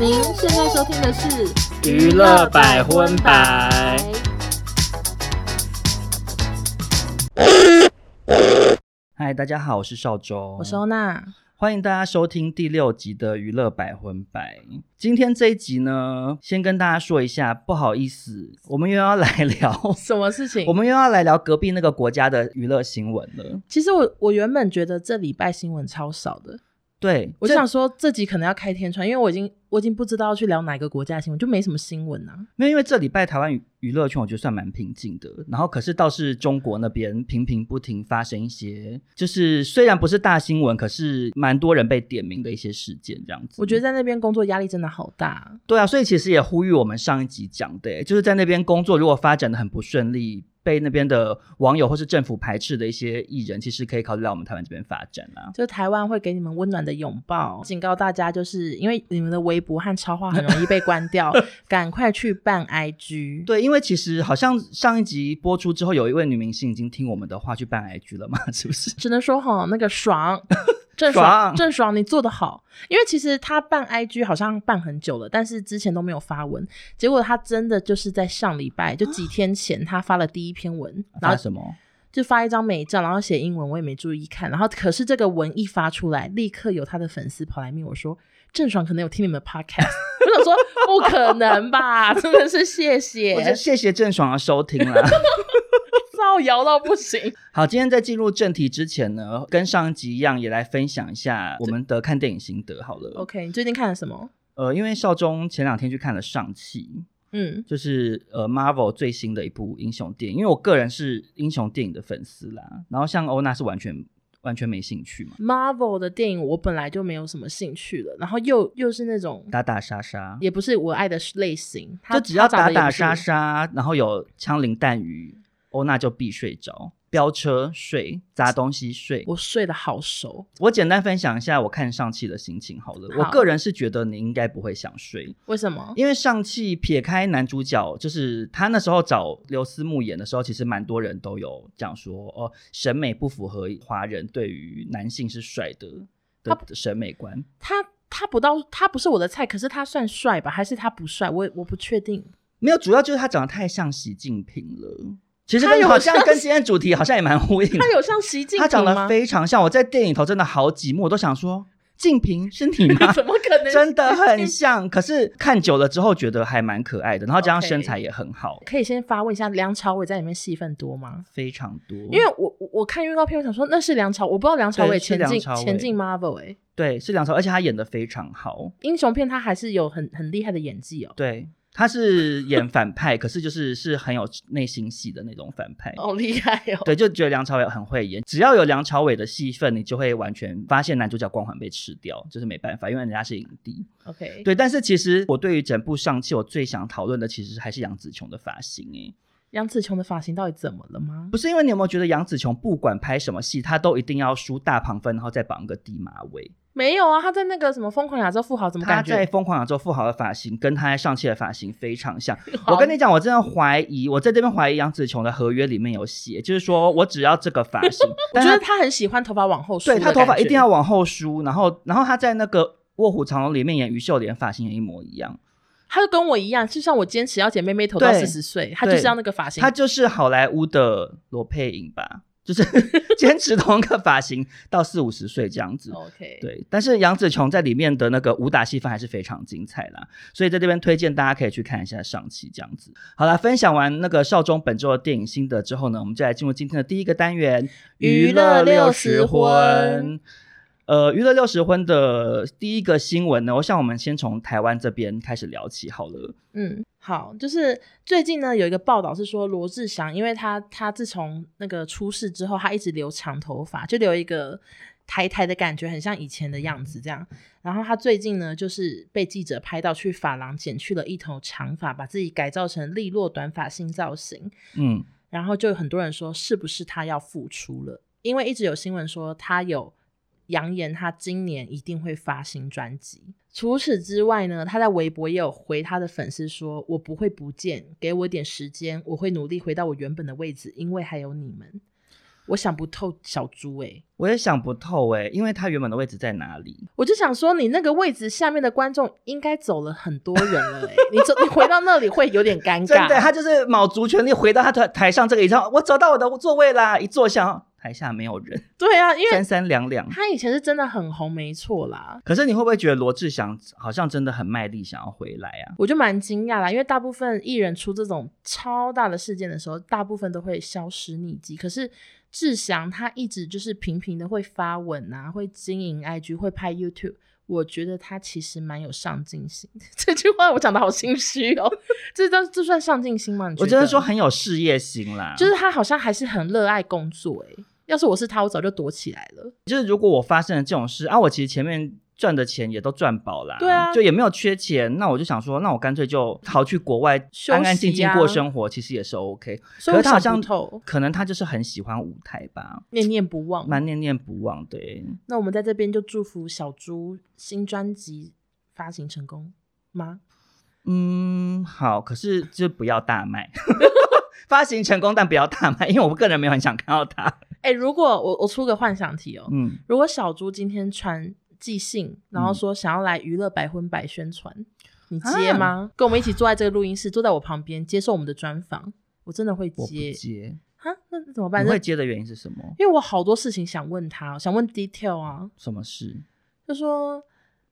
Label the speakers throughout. Speaker 1: 您现在收听的是《
Speaker 2: 娱乐百分百》。嗨，大家好，我是邵周，
Speaker 1: 我是欧娜。
Speaker 2: 欢迎大家收听第六集的娱乐百分百。今天这一集呢，先跟大家说一下，不好意思，我们又要来聊
Speaker 1: 什么事情？
Speaker 2: 我们又要来聊隔壁那个国家的娱乐新闻了。
Speaker 1: 其实我我原本觉得这礼拜新闻超少的，
Speaker 2: 对，
Speaker 1: 我
Speaker 2: 这
Speaker 1: 想说这集可能要开天窗，因为我已经我已经不知道要去聊哪个国家的新闻，就没什么新闻啊。
Speaker 2: 没有因为这礼拜台湾娱娱乐圈我觉得算蛮平静的，然后可是倒是中国那边频频不停发生一些，就是虽然不是大新闻，可是蛮多人被点名的一些事件这样子。
Speaker 1: 我觉得在那边工作压力真的好大，
Speaker 2: 对啊，所以其实也呼吁我们上一集讲的欸，就是在那边工作如果发展的很不顺利。被那边的网友或是政府排斥的一些艺人，其实可以考虑来我们台湾这边发展啊。
Speaker 1: 就台湾会给你们温暖的拥抱，警告大家，就是因为你们的微博和超话很容易被关 掉，赶快去办 IG。
Speaker 2: 对，因为其实好像上一集播出之后，有一位女明星已经听我们的话去办 IG 了嘛，是不是？
Speaker 1: 只能说哈，那个爽，郑
Speaker 2: 爽
Speaker 1: 郑爽，你做的好。因为其实他办 IG 好像办很久了，但是之前都没有发文。结果他真的就是在上礼拜，就几天前，他发了第一篇文，然
Speaker 2: 啊发
Speaker 1: 后
Speaker 2: 什么？
Speaker 1: 就发一张美照，然后写英文，我也没注意看。然后可是这个文一发出来，立刻有他的粉丝跑来密我说。郑爽可能有听你们的 podcast，我想说不可能吧，真的是谢谢
Speaker 2: 我，真谢谢郑爽的收听啦。
Speaker 1: 造谣到不行。
Speaker 2: 好，今天在进入正题之前呢，跟上一集一样，也来分享一下我们的看电影心得好了。
Speaker 1: OK，你最近看了什么？
Speaker 2: 呃，因为少中前两天去看了《上汽》，
Speaker 1: 嗯，
Speaker 2: 就是呃 Marvel 最新的一部英雄电影，因为我个人是英雄电影的粉丝啦。然后像欧娜是完全完全没兴趣嘛，
Speaker 1: Marvel 的电影我本来就没有什么兴趣了，然后又又是那种
Speaker 2: 打打杀杀，
Speaker 1: 也不是我爱的类型，它
Speaker 2: 就只
Speaker 1: 它
Speaker 2: 要
Speaker 1: 长
Speaker 2: 打
Speaker 1: 得也
Speaker 2: 打
Speaker 1: 不是
Speaker 2: 杀杀，然后有枪林弹雨，欧娜就必睡着。飙车睡，砸东西睡。
Speaker 1: 我睡得好熟。
Speaker 2: 我简单分享一下我看上汽的心情好了。
Speaker 1: 好
Speaker 2: 我个人是觉得你应该不会想睡，
Speaker 1: 为什么？
Speaker 2: 因为上汽撇开男主角，就是他那时候找刘思慕演的时候，其实蛮多人都有讲说，哦，审美不符合华人对于男性是帅的的的审美观。
Speaker 1: 他他不到他不是我的菜，可是他算帅吧？还是他不帅？我也我不确定。
Speaker 2: 没有，主要就是他长得太像习近平了。其实
Speaker 1: 他
Speaker 2: 跟
Speaker 1: 有
Speaker 2: 好像
Speaker 1: 像
Speaker 2: 跟今天主题好像也蛮呼应的。
Speaker 1: 他有像习近平
Speaker 2: 他
Speaker 1: 吗？
Speaker 2: 长得非常像，我在电影头真的好几幕我都想说，静平是你 吗？
Speaker 1: 怎么可能？
Speaker 2: 真的 很像，可是看久了之后觉得还蛮可爱的，然后加上
Speaker 1: OK
Speaker 2: 身材也很好
Speaker 1: 可以先发问一下，梁朝伟在里面戏份多吗？
Speaker 2: 非常多。
Speaker 1: 因为我我我看预告片，我想说那是梁朝，我不知道梁朝
Speaker 2: 对
Speaker 1: 伟
Speaker 2: 是
Speaker 1: 前进
Speaker 2: 梁朝伟
Speaker 1: 前进 Marvel 哎、
Speaker 2: 对是梁朝，而且他演的非常好。
Speaker 1: 英雄片他还是有很很厉害的演技哦。
Speaker 2: 对，他是演反派，可是就是是很有内心戏的那种反派。
Speaker 1: 好厉害哦！
Speaker 2: 对，就觉得梁朝伟很会演，只要有梁朝伟的戏份，你就会完全发现男主角光环被吃掉，就是没办法，因为人家是影帝。
Speaker 1: ，OK，
Speaker 2: 对，但是其实我对于整部上期，我最想讨论的其实还是杨紫琼的发型、欸，
Speaker 1: 杨紫琼的发型到底怎么了吗？
Speaker 2: 不是因为你有没有觉得杨紫琼不管拍什么戏，她都一定要梳大旁分，然后再绑个低马尾。
Speaker 1: 没有啊，她在那个什么《疯狂亚洲富豪》怎么
Speaker 2: 她
Speaker 1: 嗯感
Speaker 2: 在
Speaker 1: 觉
Speaker 2: 《疯狂亚洲富豪》的发型跟她在上期的发型非常像。
Speaker 1: 好
Speaker 2: 我跟你讲，我真的怀疑，我在这边怀疑杨紫琼的合约里面有写，就是说我只要这个发 型，
Speaker 1: 我
Speaker 2: 但
Speaker 1: 觉得
Speaker 2: 她
Speaker 1: 她很喜欢头发往后梳的
Speaker 2: 对
Speaker 1: 感觉，
Speaker 2: 她头发一定要往后梳，然后然后她在那个《卧虎藏龙》里面演于秀莲，发型也一模一样。
Speaker 1: 她就跟我一样，就像我坚持要剪妹妹头到
Speaker 2: 对
Speaker 1: 四十岁，她就是要那个发型
Speaker 2: 她。就是好莱坞的罗佩影吧，就是 坚持同一个发型到四五十岁这样子。
Speaker 1: OK，
Speaker 2: 对，但是杨紫琼在里面的那个武打戏份还是非常精彩啦，所以在这边推荐大家可以去看一下上期这样子。好啦，分享完那个少中本周的电影心得之后呢，我们就来进入今天的第一个单元——
Speaker 1: 娱乐
Speaker 2: 乐
Speaker 1: 六十
Speaker 2: 十
Speaker 1: 婚。
Speaker 2: 呃，娱乐六十婚的第一个新闻呢，我想我们先从台湾这边开始聊起好了。
Speaker 1: 嗯，好，就是最近呢有一个报道是说罗志祥，因为他他自从那个出事之后，他一直留长头发，就留一个台台的感觉，很像以前的样子这样。然后他最近呢就是被记者拍到去发廊剪去了一头长发，把自己改造成利落短发新造型。
Speaker 2: 嗯，
Speaker 1: 然后就有很多人说，是不是他要复出了？因为一直有新闻说他有扬言，他今年一定会发新专辑。除此之外呢，他在微博也有回他的粉丝说：“我不会不见，给我一点时间，我会努力回到我原本的位置，因为还有你们。”我想不透小猪哎、
Speaker 2: 我也想不透哎、因为他原本的位置在哪里？
Speaker 1: 我就想说你那个位置下面的观众应该走了很多人了哎、你走你回到那里会有点尴
Speaker 2: 真的，
Speaker 1: 尬。
Speaker 2: 他就是卯足全力回到他台台上这个椅上，我找到我的座位啦！一坐下，台下没有人，
Speaker 1: 对啊，因为
Speaker 2: 三三两两。
Speaker 1: 他以前是真的很红，没错啦。
Speaker 2: 可是你会不会觉得罗志祥好像真的很卖力想要回来啊？
Speaker 1: 我就蛮惊讶啦，因为大部分艺人出这种超大的事件的时候，大部分都会消失匿迹。可是志祥他一直就是频频的会发文啊，会经营 IG，会拍 YouTube。我觉得他其实蛮有上进心。 这句话我讲的好心虚哦，这这这算上进心吗？你觉
Speaker 2: 我
Speaker 1: 得
Speaker 2: 真的说，很有事业心啦，
Speaker 1: 就是他好像还是很热爱工作诶、要是我是他，我早就躲起来了。
Speaker 2: 就是如果我发生了这种事啊，我其实前面赚的钱也都赚饱啦，
Speaker 1: 对啊
Speaker 2: 就也没有缺钱，那我就想说，那我干脆就逃去国外
Speaker 1: 休息啊
Speaker 2: 安安静静过生活，其实也是 OK。
Speaker 1: 所以
Speaker 2: 可
Speaker 1: 我
Speaker 2: 是他好
Speaker 1: 想不
Speaker 2: 像
Speaker 1: 透，哦
Speaker 2: 可能他就是很喜欢舞台吧，
Speaker 1: 念念不忘。
Speaker 2: 蛮念念不忘。对，
Speaker 1: 那我们在这边就祝福小猪新专辑发行成功吗？
Speaker 2: 嗯，好，可是就不要大卖。 发行成功，但不要大卖，因为我个人没有很想看到他。
Speaker 1: 哎、如果我我出个幻想题哦，
Speaker 2: 嗯，
Speaker 1: 如果小猪今天传寄信，然后说想要来娱乐百分百宣传，你
Speaker 2: 啊
Speaker 1: 接吗？跟我们一起坐在这个录音室，坐在我旁边接受我们的专访，我真的会
Speaker 2: 我不
Speaker 1: 接
Speaker 2: 接。
Speaker 1: 哈，那那怎么办？
Speaker 2: 你
Speaker 1: 那
Speaker 2: 会接的原因是什么？
Speaker 1: 因为我好多事情想问他哦，想问 detail 啊，
Speaker 2: 什么事？
Speaker 1: 就说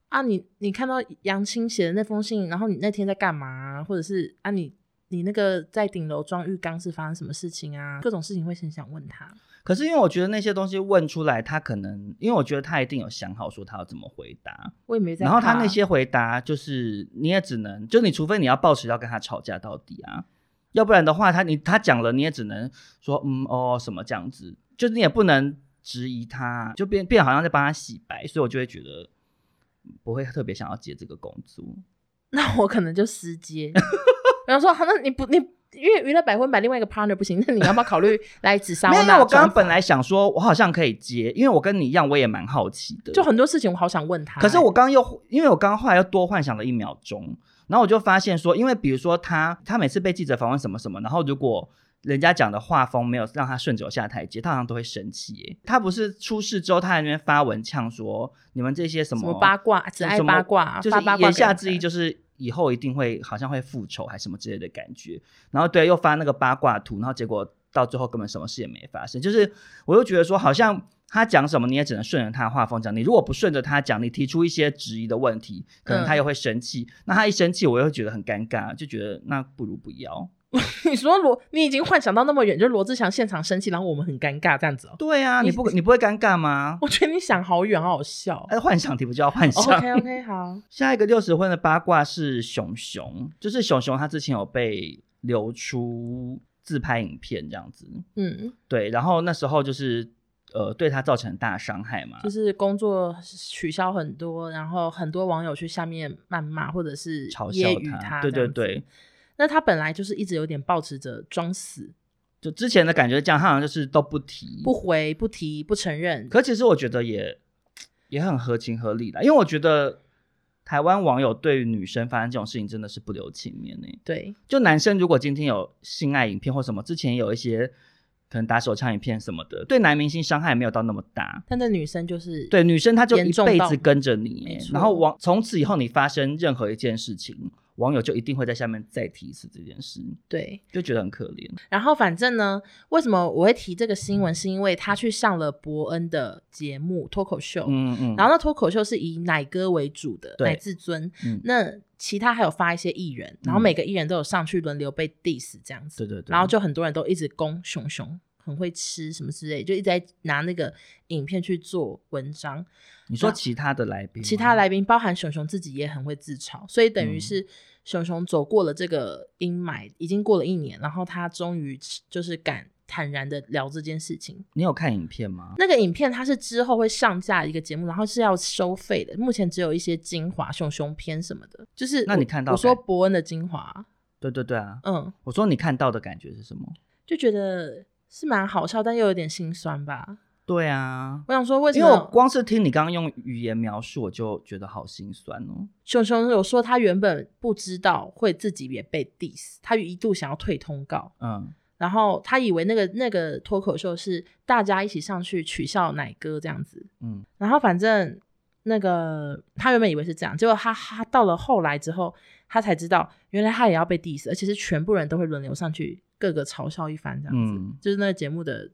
Speaker 1: 啊你，你看到杨青写的那封信，然后你那天在干嘛、或者是啊你，你那个在顶楼装浴缸是发生什么事情啊？各种事情会很想问他。
Speaker 2: 可是因为我觉得那些东西问出来，他可能，因为我觉得他一定有想好说他要怎么回答，
Speaker 1: 我也没在怕。
Speaker 2: 然后他那些回答就是你也只能，就你除非你要抱持要跟他吵架到底啊，要不然的话他你他讲了你也只能说嗯哦什么这样子，就是你也不能质疑他，就变变好像在帮他洗白，所以我就会觉得嗯不会特别想要接这个工作。
Speaker 1: 那我可能就私接，然后说、啊、那你不你因为娱乐百分百另外一个 partner 不行，那你要不要考虑来紫砂
Speaker 2: 没
Speaker 1: 欧
Speaker 2: 有，因
Speaker 1: 娜
Speaker 2: 为
Speaker 1: 的
Speaker 2: 我刚
Speaker 1: 专
Speaker 2: 刚
Speaker 1: 访？
Speaker 2: 本来想说我好像可以接，因为我跟你一样，我也蛮好奇的，
Speaker 1: 就很多事情我好想问他欸、
Speaker 2: 可是我刚刚又，因为我刚刚后来又多幻想了一秒钟，然后我就发现说，因为比如说他，他每次被记者访问什么什么，然后如果人家讲的画风没有让他顺手下台阶，他好像都会生气耶。他不是出事之后，他还在那边发文呛说，你们这些什
Speaker 1: 什
Speaker 2: 么
Speaker 1: 么八卦，只爱
Speaker 2: 什么
Speaker 1: 八卦，啊
Speaker 2: 就
Speaker 1: 发
Speaker 2: 是
Speaker 1: 八卦给人
Speaker 2: 言
Speaker 1: 看。
Speaker 2: 下之意就是以后一定会好像会复仇还是什么之类的感觉。然后对，又发那个八卦图，然后结果到最后根本什么事也没发生。就是我又觉得说，好像他讲什么你也只能顺着他的话风讲，你如果不顺着他讲，你提出一些质疑的问题，可能他
Speaker 1: 嗯
Speaker 2: 又会生气。那他一生气，我又觉得很尴尬，就觉得那不如不要。
Speaker 1: 你说罗，你已经幻想到那么远，就罗志祥现场生气，然后我们很尴尬这样子哦。
Speaker 2: 对啊，
Speaker 1: 你
Speaker 2: 你不你不会尴尬吗？
Speaker 1: 我觉得你想好远，好好笑。
Speaker 2: 哎，幻想题不就要幻想
Speaker 1: OK OK，好，
Speaker 2: 下一个六十婚的八卦是熊熊，就是熊熊他之前有被流出自拍影片这样子，
Speaker 1: 嗯，
Speaker 2: 对，然后那时候就是呃对他造成很大的伤害嘛，
Speaker 1: 就是工作取消很多，然后很多网友去下面谩骂或者是
Speaker 2: 嘲
Speaker 1: 揶
Speaker 2: 笑
Speaker 1: 揄
Speaker 2: 对
Speaker 1: 这
Speaker 2: 对
Speaker 1: 样子。
Speaker 2: 对，
Speaker 1: 那他本来就是一直有点抱持着装死、
Speaker 2: 就之前的感觉这样，他好像就是都不提，
Speaker 1: 不回、不提、不承认。
Speaker 2: 可其实我觉得也也很合情合理啦，因为我觉得台湾网友对于女生发生这种事情真的是不留情面欸呢、
Speaker 1: 对，
Speaker 2: 就男生如果今天有性爱影片或什么，之前有一些可能打手枪影片什么的，对男明星伤害没有到那么大。
Speaker 1: 但那女生就是
Speaker 2: 对女生，她就
Speaker 1: 严
Speaker 2: 一
Speaker 1: 重
Speaker 2: 辈
Speaker 1: 到
Speaker 2: 子跟着你
Speaker 1: 没
Speaker 2: 耶，
Speaker 1: 错
Speaker 2: 然后网从此以后你发生任何一件事情，网友就一定会在下面再提一次这件事，
Speaker 1: 对。
Speaker 2: 就觉得很可怜。
Speaker 1: 然后反正呢，为什么我会提这个新
Speaker 2: 嗯
Speaker 1: 闻，是因为他去上了伯恩的节目脱口秀，
Speaker 2: 嗯嗯，
Speaker 1: 然
Speaker 2: 后
Speaker 1: 后那脱口秀是以奶哥为主的，
Speaker 2: 对
Speaker 1: 奶至尊。
Speaker 2: 嗯
Speaker 1: 那其他还有发一些艺人，然后
Speaker 2: 嗯
Speaker 1: 每个艺人都有上去轮流被 diss 这样子，
Speaker 2: 对对对，
Speaker 1: 然后就很多人都一直攻熊熊很会吃什么之类，就一直在拿那个影片去做文章。
Speaker 2: 你说其他的来宾吗，
Speaker 1: 其他来宾包含熊熊自己也很会自嘲，所以等于
Speaker 2: 嗯
Speaker 1: 是熊熊走过了这个阴霾，已经过了一年，然后他终于就是敢坦然的聊这件事情。
Speaker 2: 你有看影片吗？
Speaker 1: 那个影片它是之后会上架一个节目，然后是要收费的。目前只有一些精华、熊熊篇什么的，就是
Speaker 2: 那
Speaker 1: 我
Speaker 2: 你看到
Speaker 1: 我说
Speaker 2: 感
Speaker 1: 伯恩的精华，
Speaker 2: 对对对啊，
Speaker 1: 嗯，
Speaker 2: 我说你看到的感觉是什么？
Speaker 1: 就觉得是蛮好笑，但又有点心酸吧。
Speaker 2: 对啊，
Speaker 1: 我想说，为什
Speaker 2: 因为我
Speaker 1: 么
Speaker 2: 光是听你刚刚用语言描述，我就觉得好心酸哦。
Speaker 1: 熊熊有说他原本不知道会自己也被 diss，他一度想要退通告，
Speaker 2: 嗯，
Speaker 1: 然后他以为那个那个脱口秀是大家一起上去取笑奶哥这样子，
Speaker 2: 嗯，
Speaker 1: 然后反正那个他原本以为是这样，结果他他到了后来之后，他才知道原来他也要被 diss，而且是全部人都会轮流上去各个嘲笑一番这样子，
Speaker 2: 嗯
Speaker 1: 就是那个节目的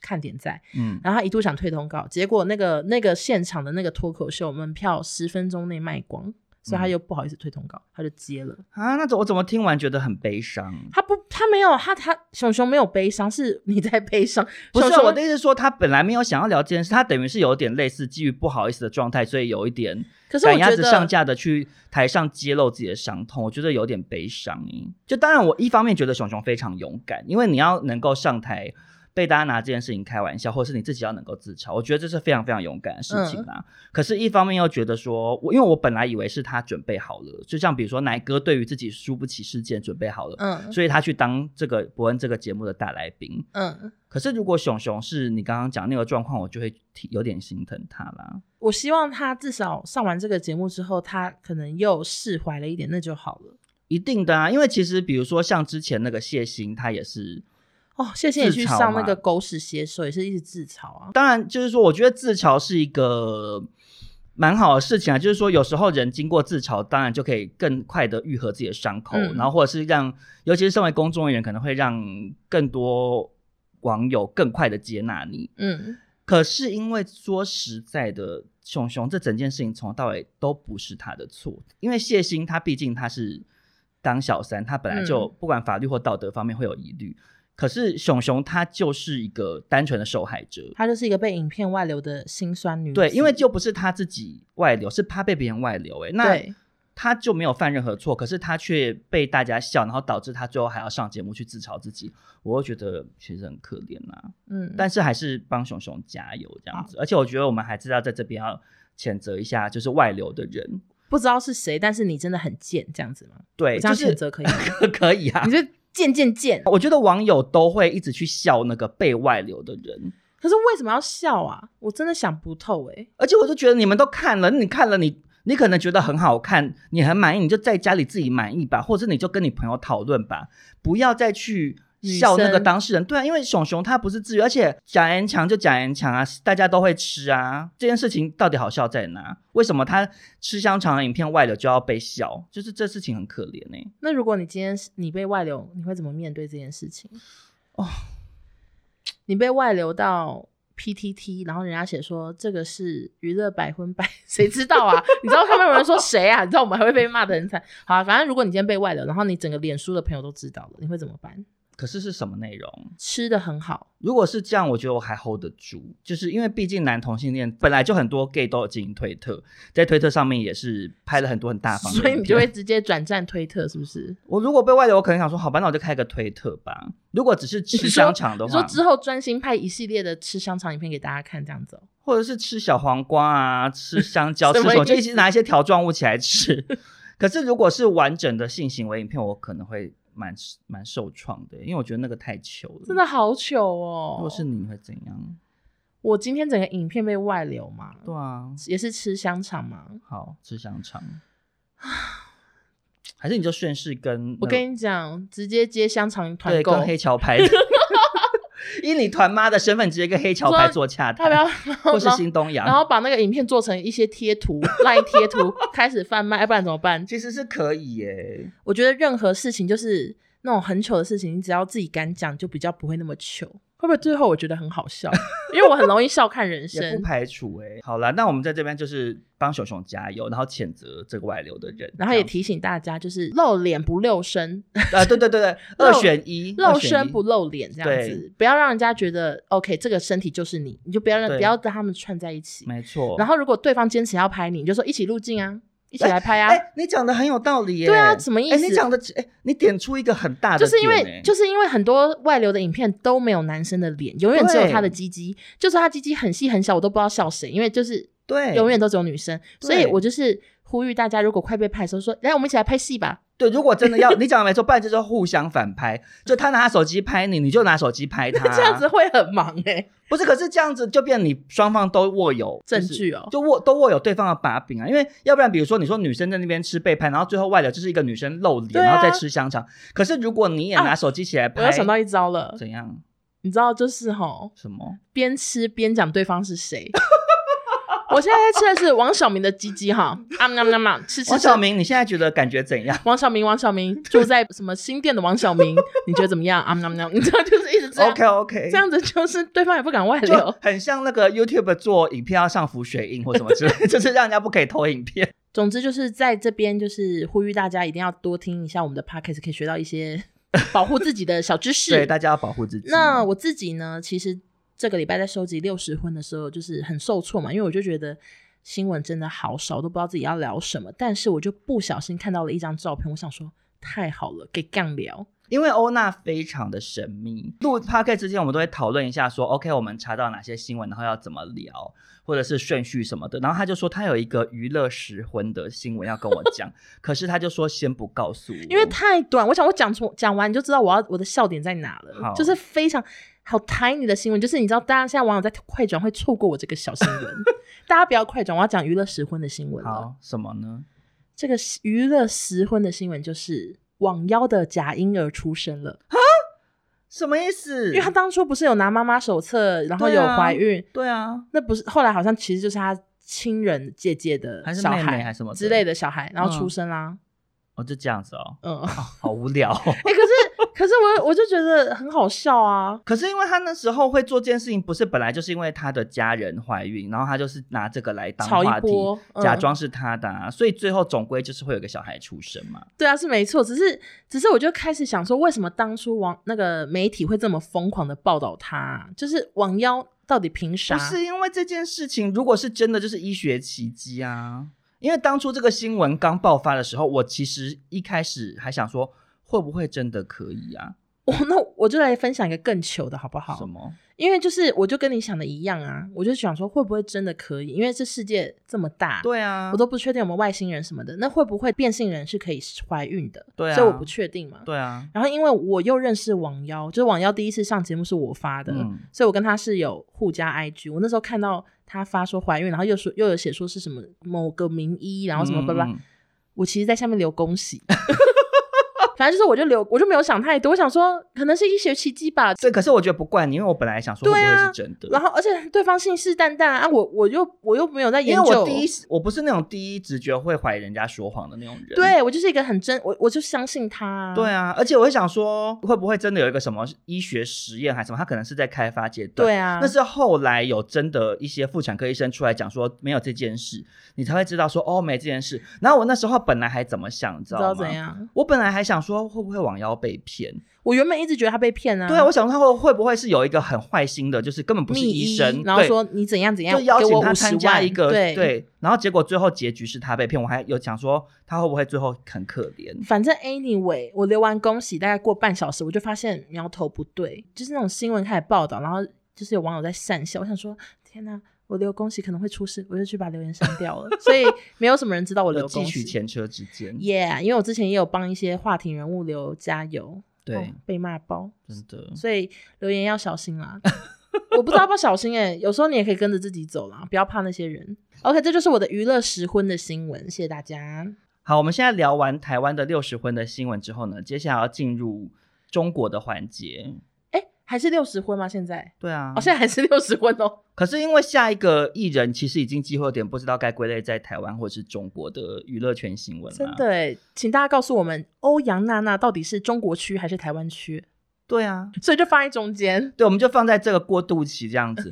Speaker 1: 看点在。
Speaker 2: 嗯，
Speaker 1: 然后他一度想退通告，结果那个那个现场的那个脱口秀门票十分钟内卖光，所以
Speaker 2: 嗯
Speaker 1: 他又不好意思退通告，他就接了。
Speaker 2: 啊，那怎我怎么听完觉得很悲伤？
Speaker 1: 他不，他没有，他他熊熊没有悲伤，是你在悲伤。
Speaker 2: 不是
Speaker 1: 熊熊
Speaker 2: 我的意思，是说他本来没有想要聊这件事，他等于是有点类似基于不好意思的状态，所以有一点
Speaker 1: 可是我
Speaker 2: 赶鸭
Speaker 1: 觉
Speaker 2: 子上
Speaker 1: 得，
Speaker 2: 架的去台上揭露自己的伤痛，我觉得有点悲伤耶。就当然，我一方面觉得熊熊非常勇敢，因为你要能够上台被大家拿这件事情开玩笑，或者是你自己要能够自嘲，我觉得这是非常非常勇敢的事
Speaker 1: 嗯
Speaker 2: 情啦。可是，一方面又觉得说，我因为我本来以为是他准备好了，就像比如说奶哥对于自己输不起事件准备好了，
Speaker 1: 嗯
Speaker 2: 所以他去当这个伯恩这个节目的大来宾。
Speaker 1: 嗯，
Speaker 2: 可是，如果熊熊是你刚刚讲那个状况，我就会挺有点心疼他啦。
Speaker 1: 我希望他至少上完这个节目之后，他可能又释怀了一点，那就好了。
Speaker 2: 一定的啊，因为其实比如说像之前那个谢欣，他也是，
Speaker 1: 哦，谢谢你去
Speaker 2: 自嘲嘛
Speaker 1: 上那个狗屎写手，也是一直自嘲啊。
Speaker 2: 当然就是说，我觉得自嘲是一个蛮好的事情啊，就是说有时候人经过自嘲，当然就可以更快的愈合自己的伤口，
Speaker 1: 嗯
Speaker 2: 然后或者是让，尤其是身为公众人员，可能会让更多网友更快的接纳你。
Speaker 1: 嗯，
Speaker 2: 可是因为说实在的，熊熊这整件事情从头到尾都不是他的错，因为谢欣他毕竟他是当小三，他本来就不管法律或道德方面会有疑虑。可是熊熊他就是一个单纯的受害者，
Speaker 1: 她就是一个被影片外流的心酸女子。
Speaker 2: 对，因为就不是他自己外流，是他被别人外流、欸，那
Speaker 1: 对
Speaker 2: 他就没有犯任何错，可是他却被大家笑，然后导致他最后还要上节目去自嘲自己，我会觉得其实很可怜啊啦、
Speaker 1: 嗯，
Speaker 2: 但是还是帮熊熊加油这样子。而且我觉得我们还是要在这边要谴责一下，就是外流的人，
Speaker 1: 不知道是谁，但是你真的很贱，这样子吗？
Speaker 2: 对，
Speaker 1: 我这样
Speaker 2: 就是
Speaker 1: 谴责可以吗？
Speaker 2: 可以啊
Speaker 1: 你。就贱贱贱！
Speaker 2: 我觉得网友都会一直去笑那个被外流的人，
Speaker 1: 可是为什么要笑啊？我真的想不透哎、
Speaker 2: 而且我就觉得你们都看了，你看了你。你可能觉得很好看，你很满意，你就在家里自己满意吧，或者你就跟你朋友讨论吧，不要再去
Speaker 1: 女
Speaker 2: 笑那个
Speaker 1: 生
Speaker 2: 当事人。对啊，因为熊熊他不是自愿，而且假言强就假言强啊，大家都会吃啊。这件事情到底好笑在哪？为什么他吃香肠的影片外流就要被笑？就是这事情很可怜欸呢、
Speaker 1: 那如果你今天是你被外流，你会怎么面对这件事情？
Speaker 2: 哦，
Speaker 1: 你被外流到 PTT，然后人家写说这个是娱乐百分百， 谁知道啊？你知道他们有人说谁啊？你知道我们还会被骂的很惨。好、啊，反正如果你今天被外流，然后你整个脸书的朋友都知道了，你会怎么办？
Speaker 2: 可是是什么内容？
Speaker 1: 吃的很好，
Speaker 2: 如果是这样，我觉得我还 hold 得住，就是因为毕竟男同性恋本来就很多 gay 都有经营推特，在推特上面也是拍了很多很大方的影
Speaker 1: 所
Speaker 2: 片，
Speaker 1: 以你就会直接转战推特，是不是？
Speaker 2: 我如果被外流，我可能想说，好吧，那我就开个推特吧。如果只是吃香肠的
Speaker 1: 你说
Speaker 2: 话，
Speaker 1: 之后专心拍一系列的吃香肠影片给大家看，这样子、哦。
Speaker 2: 或者是吃小黄瓜啊，吃香蕉，吃
Speaker 1: 什么
Speaker 2: 什么，就
Speaker 1: 意
Speaker 2: 一
Speaker 1: 思
Speaker 2: 起拿一些条状物起来吃。可是如果是完整的性行为影片，我可能会蛮蛮受创的，欸因为我觉得那个太糗了。
Speaker 1: 真的，好糗
Speaker 2: 如
Speaker 1: 哦！
Speaker 2: 果是你，你会怎样？
Speaker 1: 我今天整个影片被外流嘛，
Speaker 2: 对啊，
Speaker 1: 也是吃香肠嘛。
Speaker 2: 好吃香肠， 还是你就顺势跟那
Speaker 1: 我跟你讲，直接接香肠团
Speaker 2: 嗯对
Speaker 1: 购
Speaker 2: 跟，黑桥 牌的，以你团妈的身份，直接跟黑桥牌做洽
Speaker 1: 要不要
Speaker 2: 谈，？或是新东阳，
Speaker 1: 然后把那个影片做成一些贴图、赖贴图， 开始贩卖，要不然怎么办？
Speaker 2: 其实是可以耶。
Speaker 1: 我觉得任何事情就是那种很糗的事情，你只要自己敢讲，就比较不会那么糗。会不会最后我觉得很好 笑？因为我很容易笑看人
Speaker 2: 也不
Speaker 1: 生。
Speaker 2: 排除哎、好啦，那我们在这边就是帮熊熊加油，然后谴责这个外流的人，
Speaker 1: 然后也
Speaker 2: 这
Speaker 1: 提醒大家，就是露脸不露身，
Speaker 2: 样啊，对对 对对，
Speaker 1: 露
Speaker 2: 二选一，
Speaker 1: 露
Speaker 2: 二选
Speaker 1: 身
Speaker 2: 一
Speaker 1: 不露脸这样
Speaker 2: 对
Speaker 1: 子，不要让人家觉得 OK，这个身体就是你，你就不要让
Speaker 2: 对
Speaker 1: 不要跟他们串在一起。
Speaker 2: 没错。
Speaker 1: 然
Speaker 2: 后
Speaker 1: 后如果对方坚持要拍你，你就说一起入镜 啊，一起来拍啊。
Speaker 2: 哎、你讲的很有道理耶、
Speaker 1: 对啊什么意
Speaker 2: 哎、
Speaker 1: 思
Speaker 2: 你讲的哎、你点出一个很大的、
Speaker 1: 就
Speaker 2: 点
Speaker 1: 是因为
Speaker 2: 哎
Speaker 1: 就是因为很多外流的影片都没有男生的脸，永远只有
Speaker 2: 对
Speaker 1: 他的鸡鸡，就算他鸡鸡很细很小，我都不知道笑谁，因为就是
Speaker 2: 对，
Speaker 1: 永远都只有女生，所以
Speaker 2: 对
Speaker 1: 我就是呼吁大家，如果快被拍的时候说，来我们一起来拍戏吧。
Speaker 2: 对，如果真的要你讲的没错，不然就是互相反拍，就他拿手机拍你，你就拿手机拍 他，啊
Speaker 1: 这样子会很忙哎、
Speaker 2: 不是？可是这样子就变你双方都握有
Speaker 1: 证
Speaker 2: 就是
Speaker 1: 据哦
Speaker 2: 就握都握有对方的把柄啊，因为要不然比如说你说女生在那边吃背叛，然后最后外流就是一个女生露脸，
Speaker 1: 对啊
Speaker 2: 然后再吃香肠。可是如果你也拿
Speaker 1: 啊
Speaker 2: 手机起来拍，
Speaker 1: 我又想到一招了，
Speaker 2: 怎样
Speaker 1: 你知道就是吼，
Speaker 2: 什么？
Speaker 1: 边吃边讲对方是谁。我现在在吃的是王小明的鸡鸡 哈，啊喵喵喵，吃吃吃
Speaker 2: 王小明，你现在觉得感觉怎样？
Speaker 1: 王小明，王小明住在什么新店的王小 明，你觉得怎么样？啊喵喵， 你知道就是一直 这样
Speaker 2: OK OK，
Speaker 1: 这样子就是对方也不敢外
Speaker 2: 就
Speaker 1: 流。
Speaker 2: 很像那个 YouTube 做影片要上浮水印或什么之类， 就是让人家不可以偷影片。
Speaker 1: 总之就是在这边就是呼吁大家一定要多听一下我们的 podcast，可以学到一 些保护自己的小知
Speaker 2: 对，
Speaker 1: 识。
Speaker 2: 大家要保护自己。
Speaker 1: 那我自己呢，其实这个礼拜在收集六十婚的时候，就是很受挫嘛，因为我就觉得新闻真的好少，都不知道自己要聊什么。但是我就不小心看到了一张照片，我想说太好了，给杠聊。
Speaker 2: 因为欧娜非常的神秘，录 p o c a s t 之前我们都会讨论一下说 OK，我们查到哪些新闻，然后要怎么聊，或者是顺序什么的。然后他就说他有一个娱乐时婚的新闻要跟我 讲，可是他就说先不告诉我，
Speaker 1: 因为太短，我想我讲出讲完你就知道我要我的笑点在哪
Speaker 2: 好
Speaker 1: 了，就是非常好抬你的新闻，就是你知道大家现在网友在快转会错过我这个小新 闻，大家不要快转，我要讲娱乐时婚的新闻了。
Speaker 2: 好什么呢？
Speaker 1: 这个娱乐时婚的新闻就是网妖的假婴儿出生了，
Speaker 2: 什么意思？
Speaker 1: 因为他当初不是有拿妈妈手册，然后
Speaker 2: 对
Speaker 1: 有
Speaker 2: 啊
Speaker 1: 怀孕，
Speaker 2: 对啊，
Speaker 1: 那不是后来好像其实就是他亲人姐姐的
Speaker 2: 还是
Speaker 1: 小
Speaker 2: 妹
Speaker 1: 孩
Speaker 2: 妹还是什么的
Speaker 1: 之类的小孩，然后
Speaker 2: 嗯
Speaker 1: 出生啦，
Speaker 2: 哦，就这样子哦，
Speaker 1: 嗯， 哎、
Speaker 2: 好无聊哦、
Speaker 1: 可是可是我我就觉得很好笑啊。
Speaker 2: 可是因为他那时候会做这件事情，不是本来就是因为他的家人怀孕，然后他就是拿这个来当
Speaker 1: 炒一
Speaker 2: 话题，
Speaker 1: 波嗯
Speaker 2: 假装是他的、啊，所以最后总归就是会有个小孩出生嘛。
Speaker 1: 对啊，是没错，只是只是我就开始想说，为什么当初网那个媒体会这么疯狂的报道他啊、就是网妖到底凭啥？
Speaker 2: 不是因为这件事情，如果是真的，就是医学奇迹啊！因为当初这个新闻刚爆发的时候，我其实一开始还想说，会不会真的可以啊？
Speaker 1: 我那我就来分享一个更糗的好不好
Speaker 2: 什？么？
Speaker 1: 因为就是我就跟你想的一样啊，我就想说会不会真的可以？因为这世界这么大，、
Speaker 2: 对啊，
Speaker 1: 我都不确定有没有外星人什么的，那会不会变性人是可以怀孕的？
Speaker 2: 对啊
Speaker 1: 所以我不确定嘛。
Speaker 2: 对啊，
Speaker 1: 然后因为我又认识网妖，就是网妖第一次上节目是我发的，
Speaker 2: 嗯
Speaker 1: 所以我跟她是有互加 IG。我那时候看到她发说怀孕，然后又说又有写说是什么某个名医，然后什么
Speaker 2: 嗯
Speaker 1: 巴拉、
Speaker 2: 嗯
Speaker 1: 我其实在下面留恭喜。 反正就是，我就留，我就没有想太多，我想说可能是医学奇迹吧。
Speaker 2: 这可是我觉得不怪你，因为我本来想说会
Speaker 1: 对
Speaker 2: 不会
Speaker 1: 啊
Speaker 2: 是真的。
Speaker 1: 然后，而且对方信誓旦旦啊，我我又我又没有在研
Speaker 2: 因为
Speaker 1: 究，
Speaker 2: 我第一，我不是那种第一直觉会怀疑人家说谎的那种人。
Speaker 1: 对啊我就是一个很真，我我就相信他。
Speaker 2: 对啊，而且我会想说，会不会真的有一个什么医学实验还是什么？他可能是在开发阶段。
Speaker 1: 对啊，
Speaker 2: 那是后来有真的一些妇产科医生出来讲说没有这件事，你才会知道说哦没这件事。然后我那时候本来还怎么想，你知
Speaker 1: 不
Speaker 2: 道
Speaker 1: 知
Speaker 2: 吗？
Speaker 1: 道怎？样。
Speaker 2: 我本来还想说会不会网妖被骗，
Speaker 1: 我原本一直觉得他被骗啊，
Speaker 2: 对啊，我想说会会不会是有一个很坏心的，就是根本不是
Speaker 1: 密
Speaker 2: 医生，
Speaker 1: 然后
Speaker 2: 对
Speaker 1: 说你怎样怎样，
Speaker 2: 就邀
Speaker 1: 给
Speaker 2: 请
Speaker 1: 我
Speaker 2: 他
Speaker 1: 50
Speaker 2: 参加
Speaker 1: 万
Speaker 2: 一个
Speaker 1: 对。
Speaker 2: 然后结果最后结局是他被骗，我还有讲说他会不会最后很可怜，
Speaker 1: 反正 anyway，我留完恭喜，大概过半小时，我就发现苗头不对，就是那种新闻开始报道，然后就是有网友在讪笑，我想说天哪，我留恭喜可能会出事，我就去把留言删掉了，所以没有什么人知道我留
Speaker 2: 有
Speaker 1: 恭
Speaker 2: 呃汲取
Speaker 1: 喜。
Speaker 2: 前车之鉴，
Speaker 1: Yeah，因为我之前也有帮一些话题人物留加油，
Speaker 2: 对，
Speaker 1: 哦被骂爆，
Speaker 2: 真的。
Speaker 1: 所以留言要小心啦。我不知道要不要小心哎、有时候你也可以跟着自己走啦，不要怕那些人。OK，这就是我的娱乐时婚的新闻，谢谢大家。
Speaker 2: 好，我们现在聊完台湾的六十婚的新闻之后呢，接下来要进入中国的环节。
Speaker 1: 哎、还是六十婚吗？现在？
Speaker 2: 对啊，
Speaker 1: 哦，现在还是六十婚哦。
Speaker 2: 可是因为下一个艺人其实已经几乎有点不知道该归类在台湾或是中国的娱乐圈新闻了。
Speaker 1: 真的哎，请大家告诉我们，欧阳娜娜到底是中国区还是台湾区？
Speaker 2: 对啊，
Speaker 1: 所以就放在中间。
Speaker 2: 对，我们就放在这个过渡期这样子。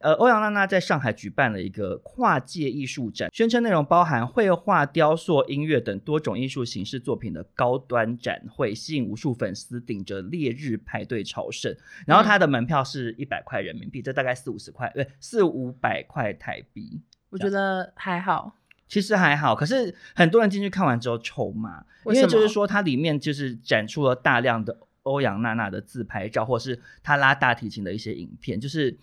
Speaker 2: 呃，欧阳娜娜在上海举办了一个跨界艺术展，宣称内容包含绘画、雕塑、音乐等多种艺术形式作品的高端展会，吸引无数粉丝顶着烈日排队朝圣。然后它的门票是一百块人民币，这大概四五十块，对，四五百块台币。
Speaker 1: 我觉得还好，
Speaker 2: 其实还好，可是很多人进去看完之后臭骂，因
Speaker 1: 为什么
Speaker 2: 就是说它里面就是展出了大量的欧阳娜娜的自拍照，或是她拉大提琴的一些影片，就是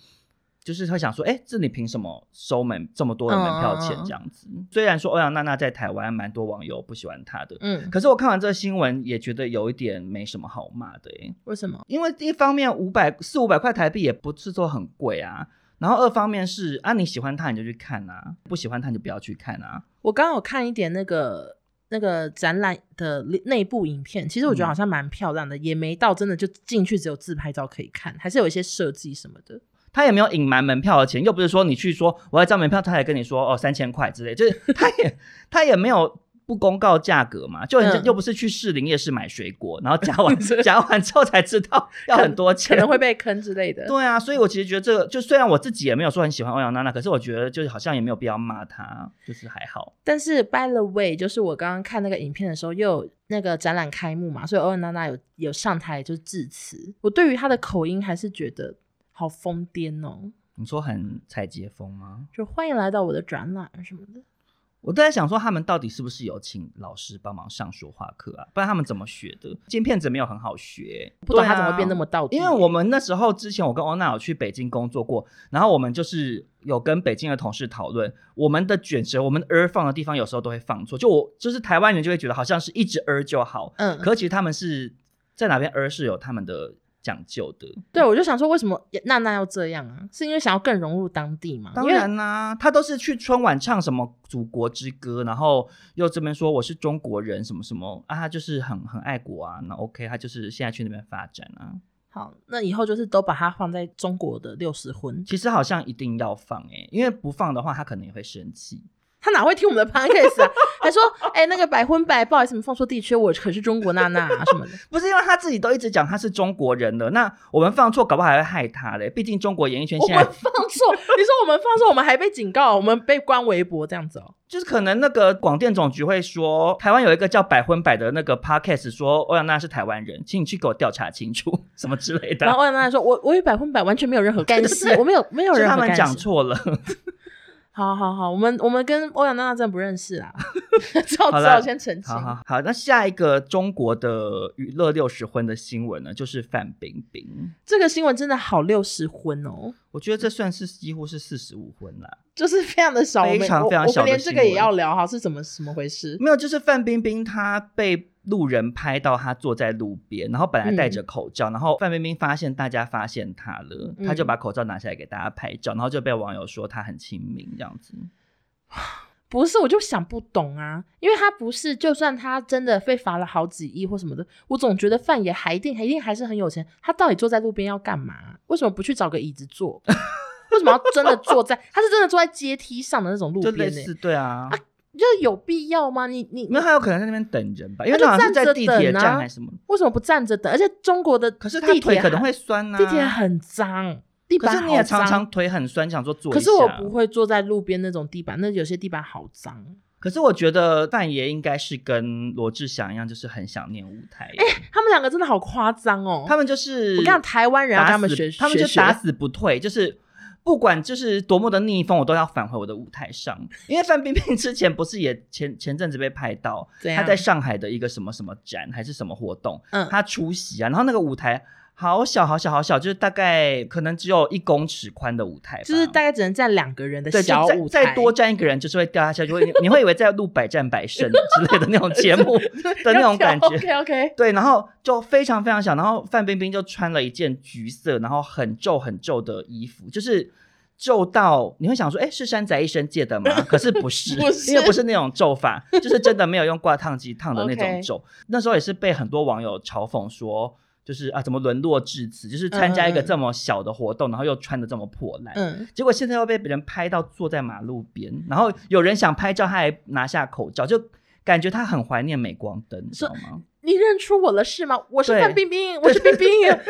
Speaker 2: 就是会想说，哎，这你凭什么收门这么多的门票
Speaker 1: 嗯
Speaker 2: 钱
Speaker 1: 嗯嗯
Speaker 2: 这样子？虽然说欧阳娜娜在台湾蛮多网友不喜欢她的，
Speaker 1: 嗯，
Speaker 2: 可是我看完这个新闻也觉得有一点没什么好骂的、诶
Speaker 1: 为什么？
Speaker 2: 因为一方面五百四五百块台币也不是说很贵啊，然后二方面是啊你喜欢他你就去看啊，不喜欢他你就不要去看啊。
Speaker 1: 我刚刚有看一点那个那个展览的内部影片，其实我觉得
Speaker 2: 嗯
Speaker 1: 好像蛮漂亮的，也没到真的就进去只有自拍照可以看，还是有一些设计什么的。
Speaker 2: 他也没有隐瞒门票的钱，又不是说你去说我要交门票，他还跟你说哦三千块之类， 就是他也他也没有不公告价格嘛，就很像、
Speaker 1: 嗯
Speaker 2: 又不是去士林夜市买水果，然后夹 完 夹完之后才知道要很多钱，
Speaker 1: 可能会被坑之类的。
Speaker 2: 对啊，所以我其实觉得这个，就虽然我自己也没有说很喜欢欧阳娜娜，可是我觉得就是好像也没有必要骂她，就是还好。
Speaker 1: 但是 by the way，就是我刚刚看那个影片的时候，又有那个展览开幕嘛，所以欧文娜娜有有上台就是致辞。我对于她的口音还是觉得好疯癫哦，
Speaker 2: 你说很采洁风吗？
Speaker 1: 就欢迎来到我的展览啊什么的。
Speaker 2: 我都在想说，他们到底是不是有请老师帮忙上说话课啊？不然他们怎么学的？金片子没有很好学，
Speaker 1: 不懂
Speaker 2: 对
Speaker 1: 她
Speaker 2: 啊
Speaker 1: 怎么变那么到底、
Speaker 2: 因为我们那时候之前，我跟欧娜有去北京工作过，然后我们就是有跟北京的同事讨论，我们的卷舌，我们儿放的地方有时候都会放错，就我就是台湾人就会觉得好像是一直儿就好，
Speaker 1: 嗯，
Speaker 2: 可其实他们是在哪边而是有他们的讲究的。
Speaker 1: 对我就想说，为什么娜娜要这样啊？是因为想要更融入当地嘛？
Speaker 2: 当
Speaker 1: 因为
Speaker 2: 然啦、他都是去春晚唱什么祖国之歌，然后又这边说我是中国人什么什么啊，他就是很很爱国啊。那 OK，他就是现在去那边发展啊。
Speaker 1: 好，那以后就是都把它放在中国的六十婚，
Speaker 2: 其实好像一定要放诶、因为不放的话，他可能也会生气。
Speaker 1: 他哪会听我们的 podcast 啊？ 还说，哎、那个百婚百，不好意思，你们放错地区，我可是中国娜娜、啊、什么的。
Speaker 2: 不是因为他自己都一直讲他是中国人了，那我们放错，搞不好还会害他嘞。毕竟中国演艺圈
Speaker 1: 我
Speaker 2: 现
Speaker 1: 们
Speaker 2: 在
Speaker 1: 放错，你说我们放错，我们还被警告，我们被关微博这样子哦。
Speaker 2: 就是可能那个广电总局会说，台湾有一个叫“百分百”的那个 podcast 说欧阳娜娜是台湾人，请你去给我调查清楚 什么之类的。
Speaker 1: 然后欧阳娜娜说：“我我与百分百完全没有任何干系，
Speaker 2: 对
Speaker 1: 我没有没有
Speaker 2: 是
Speaker 1: 任
Speaker 2: 他
Speaker 1: 何
Speaker 2: 们
Speaker 1: 干
Speaker 2: 讲
Speaker 1: 系。
Speaker 2: 错了，”
Speaker 1: 好好好，我们我们跟欧阳娜娜真的不认识 啊，只好
Speaker 2: 好
Speaker 1: 只
Speaker 2: 啦
Speaker 1: 好先澄清
Speaker 2: 好。好好。那下一个中国的娱乐六十婚的新闻呢，就是范冰冰。
Speaker 1: 这个新闻真的好六十婚哦，
Speaker 2: 我觉得这算是几乎是四十五婚啦，
Speaker 1: 就是非常的少，
Speaker 2: 非
Speaker 1: 我
Speaker 2: 常
Speaker 1: 们
Speaker 2: 非常
Speaker 1: 我
Speaker 2: 小
Speaker 1: 我
Speaker 2: 的
Speaker 1: 们连这
Speaker 2: 新
Speaker 1: 个也
Speaker 2: 闻
Speaker 1: 要聊哈，是怎么怎么回事？
Speaker 2: 没有，就是范冰冰她被路人拍到她坐在路边，然后本来戴
Speaker 1: 嗯
Speaker 2: 着口罩，然后范冰冰发现大家发现她了，她就
Speaker 1: 嗯
Speaker 2: 把口罩拿下来给大家拍照，然后就被网友说她很亲民这样子。
Speaker 1: 不是，我就想不懂啊，因为他不是，就算他真的被罚了好几亿或什么的，我总觉得范爷还一定一定还是很有钱。他到底坐在路边要干嘛？啊为什么不去找个椅子坐？ 为什么要真的坐在？他是真的坐在阶梯上的那种路
Speaker 2: 就
Speaker 1: 边欸
Speaker 2: 类
Speaker 1: 呢、
Speaker 2: 似对啊，
Speaker 1: 就是有必要吗？你你
Speaker 2: 没有，他有可能在那边等人吧，因
Speaker 1: 他
Speaker 2: 为
Speaker 1: 就
Speaker 2: 好像是
Speaker 1: 站
Speaker 2: 在
Speaker 1: 着
Speaker 2: 地铁
Speaker 1: 等啊
Speaker 2: 站还是什么。
Speaker 1: 为什么不站着等？而且中国的
Speaker 2: 可是他
Speaker 1: 地
Speaker 2: 腿
Speaker 1: 铁
Speaker 2: 可能
Speaker 1: 很
Speaker 2: 会酸呐、
Speaker 1: 地铁很脏，地
Speaker 2: 可
Speaker 1: 板
Speaker 2: 是你也
Speaker 1: 好
Speaker 2: 常
Speaker 1: 脏
Speaker 2: 常腿很酸，想说坐
Speaker 1: 可
Speaker 2: 一下。啊
Speaker 1: 是我不会坐在路边那种地板，那有些地板好脏。
Speaker 2: 可是我觉得范爷应该是跟罗志祥一样，就是很想念舞台。
Speaker 1: 他们两个真的好夸张哦！
Speaker 2: 他们就是
Speaker 1: 我跟你讲，台湾人要跟他
Speaker 2: 打死
Speaker 1: 们学，
Speaker 2: 他们就
Speaker 1: 学学
Speaker 2: 打死不退，就是不管就是多么的逆风，我都要返回我的舞台上。因为范冰冰之前不是也前前阵子被拍到，
Speaker 1: 怎样
Speaker 2: 她在上海的一个什么什么展还是什么活动，
Speaker 1: 啊嗯
Speaker 2: 她出席啊，然后那个舞台。好小好小好小，就是大概可能只有一公尺宽的舞台吧，
Speaker 1: 就是大概只能站两个人的
Speaker 2: 对，就
Speaker 1: 小舞台，
Speaker 2: 再再多站一个人就是会掉下去，就会你会以为在录百战百胜之类的那种 节目的那种感觉。
Speaker 1: OK OK，
Speaker 2: 对，然后就非常非常小，然后范冰冰就穿了一件橘色，然后很皱很皱的衣服，就是皱到你会想说，哎，是山仔医生借的吗？可是不 是，
Speaker 1: 不是
Speaker 2: 因为不是那种皱法，就是真的没有用挂烫机烫的那种
Speaker 1: OK
Speaker 2: 皱。那时候也是被很多网友嘲讽说。就是啊，怎么沦落至此？就是参加一个
Speaker 1: 嗯嗯嗯
Speaker 2: 这么小的活动，然后又穿的这么破烂。
Speaker 1: 嗯，
Speaker 2: 结果现在又被别人拍到坐在马路边，然后有人想拍照，他还拿下口罩，就感觉他很怀念镁光灯，你知道吗？
Speaker 1: 你认出我了是吗？我是
Speaker 2: 对
Speaker 1: 范冰冰，我是冰冰，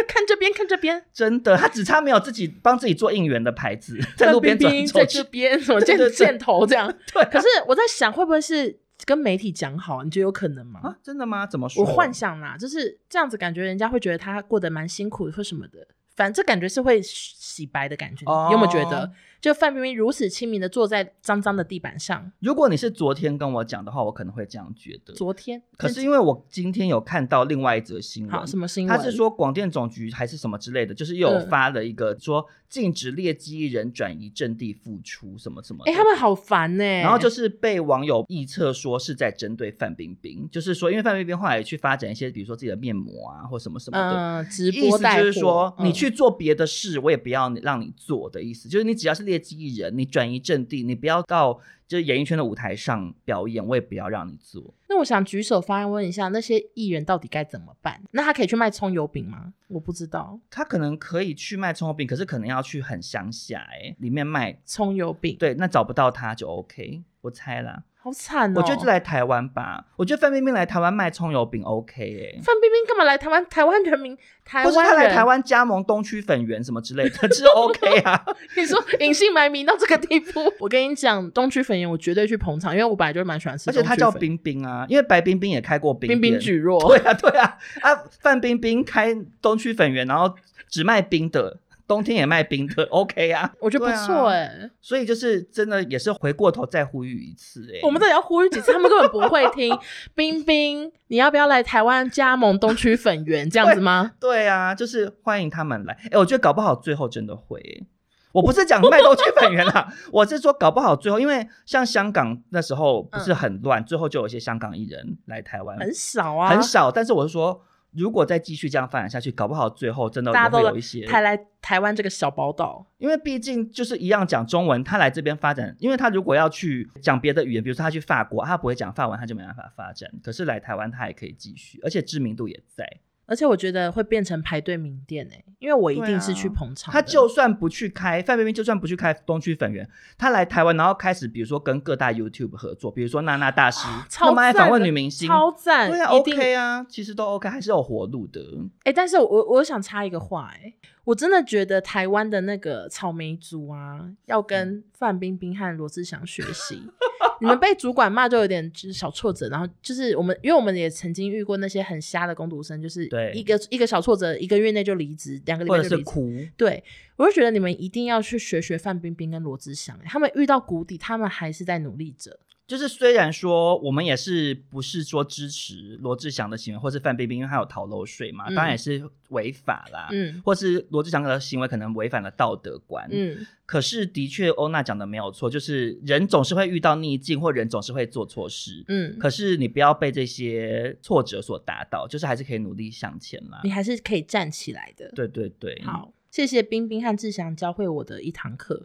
Speaker 1: 看这边，看这边，
Speaker 2: 真的，他只差没有自己帮自己做应援的 牌子， 在路边
Speaker 1: 范
Speaker 2: 走
Speaker 1: 冰
Speaker 2: 来
Speaker 1: 冰
Speaker 2: 走
Speaker 1: 在这
Speaker 2: 去。
Speaker 1: 边， 什么
Speaker 2: 对
Speaker 1: 箭
Speaker 2: 对对
Speaker 1: 箭头这样。
Speaker 2: 对啊
Speaker 1: 可是我在想，会不会是跟媒体讲好？你觉得有可能吗？
Speaker 2: 啊，真的吗？怎么说？
Speaker 1: 我幻想啦，就是这样子，感觉人家会觉得他过得蛮辛苦的或什么的。反正感觉是会洗白的感觉，
Speaker 2: 哦
Speaker 1: 你有没有觉得？就范冰冰如此亲民的坐在脏脏的地板上。
Speaker 2: 如果你是昨天跟我讲的话，我可能会这样觉得。
Speaker 1: 昨天，
Speaker 2: 可是因为我今天有看到另外一则新
Speaker 1: 好
Speaker 2: 闻，
Speaker 1: 什么新闻？
Speaker 2: 他是说广电总局还是什么之类的，就是又有
Speaker 1: 嗯
Speaker 2: 发了一个说禁止劣迹艺人转移阵地复出什么什么的。
Speaker 1: 哎、他们好烦呢、
Speaker 2: 然后就是被网友臆测说是在针对范冰冰，就是说因为范冰冰后来也去发展一些，比如说自己的面膜啊或什么什么的。
Speaker 1: 嗯、直
Speaker 2: 意
Speaker 1: 播
Speaker 2: 思
Speaker 1: 带货，
Speaker 2: 就是说，
Speaker 1: 嗯
Speaker 2: 你去做别的事，我也不要你让你做的意思，就是你只要是劣迹艺人，你转移阵地，你不要到就是演艺圈的舞台上表演，我也不要让你做。
Speaker 1: 那我想举手发言问一下，那些艺人到底该怎么办？那他可以去卖葱油饼吗？我不知道，
Speaker 2: 他可能可以去卖葱油饼，可是可能要去很乡下、欸，里面卖，
Speaker 1: 葱油饼，，
Speaker 2: 对，那找不到他就 OK，我猜啦。
Speaker 1: 好惨哦。
Speaker 2: 我觉得就来台湾吧，我觉得范冰冰来台湾卖葱油饼 OK 哎、
Speaker 1: 范冰冰干嘛来台湾？台湾人民，台
Speaker 2: 或是
Speaker 1: 湾
Speaker 2: 他
Speaker 1: 人，
Speaker 2: 来台，湾加盟东区粉圆什么之类的， 这 OK 啊。
Speaker 1: 你 说隐姓埋名到这个地步，我跟你讲，东区粉圆我绝对去捧场，因为我本来就蛮喜欢吃
Speaker 2: 而
Speaker 1: 东区粉。
Speaker 2: 且他叫冰冰啊，因为白冰冰也开过冰
Speaker 1: 冰冰举弱，
Speaker 2: 对啊，对啊，啊，范冰冰开东区粉圆，然后只卖冰的，冬天也卖冰的，OK 啊。
Speaker 1: 我觉得不错
Speaker 2: 对啊
Speaker 1: 哎、
Speaker 2: 所以就是真的也是回过头再呼吁一次哎、
Speaker 1: 我们到底要呼吁几次？他们根本不会听。冰冰，你要不要来台湾加盟东区粉圆这样子吗？
Speaker 2: 对啊，就是欢迎他们来。哎、我觉得搞不好最后真的会、哎我不是讲卖东区粉圆啦， 我是说搞不好最后，因为像香港那时候不是很乱，最后就有一些香港艺人来台湾，
Speaker 1: 嗯很少啊，
Speaker 2: 很少。但是我是说，如果再继续这样发展下去，搞不好最后真的
Speaker 1: 大家
Speaker 2: 会
Speaker 1: 都
Speaker 2: 有一些，
Speaker 1: 才来台湾这个小宝岛。
Speaker 2: 因为毕竟就是一样讲中文，他来这边发展，因为他如果要去讲别的语言，比如说他去法国，他不会讲法文，他就没办法发展。可是来台湾，他还可以继续，而且知名度也在。
Speaker 1: 而且我觉得会变成排队名店哎、因为我一定是去捧场的、
Speaker 2: 他就算不去开范冰冰，就算不去开东区粉圆，他来台湾，然后开始比如说跟各大 YouTube 合作，比如说娜娜大师，
Speaker 1: 啊超
Speaker 2: 那么爱
Speaker 1: 赞
Speaker 2: 访问
Speaker 1: 的
Speaker 2: 女明星，
Speaker 1: 超赞，
Speaker 2: 对啊
Speaker 1: 一定
Speaker 2: ，OK 啊，其实都 OK，还是有活路的。
Speaker 1: 哎、但是我我我想插一个话、哎，我真的觉得台湾的那个草莓族啊，要
Speaker 2: 嗯
Speaker 1: 跟范冰冰和罗志祥学习。 你们被主管骂就有点就是小挫折，然后就是我们，因为我们也曾经遇过那些很瞎的工读生，就是
Speaker 2: 对
Speaker 1: 一个一个小挫折，一个月内就离职，两个礼
Speaker 2: 或
Speaker 1: 拜就
Speaker 2: 者
Speaker 1: 是离职。
Speaker 2: 哭，
Speaker 1: 对，我就觉得你们一定要去学学范冰冰跟罗志祥、哎他们遇到谷底，他们还是在努力着。
Speaker 2: 就是虽然说我们也是不是说支持罗志祥的行为，或是范冰冰，因为他有逃漏税嘛，
Speaker 1: 嗯
Speaker 2: 当然也是违法啦，
Speaker 1: 嗯
Speaker 2: 或是罗志祥的行为可能违反了道德观，
Speaker 1: 嗯，
Speaker 2: 可是的确欧娜讲的没有错，就是人总是会遇到逆境，或人总是会做错事，
Speaker 1: 嗯，
Speaker 2: 可是你不要被这些挫折所打倒，就是还是可以努力向前啦
Speaker 1: 你。还是可以站起来的。
Speaker 2: 对对对，，
Speaker 1: 好，谢谢冰冰和志祥教会我的一堂 课。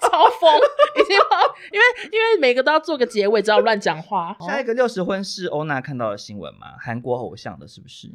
Speaker 1: 超疯，已经要因为因为每个都要做个结尾，只要乱讲话。
Speaker 2: 下一
Speaker 1: 哦
Speaker 2: 个六十婚是欧娜看到的新闻吗？韩国偶像的是不是？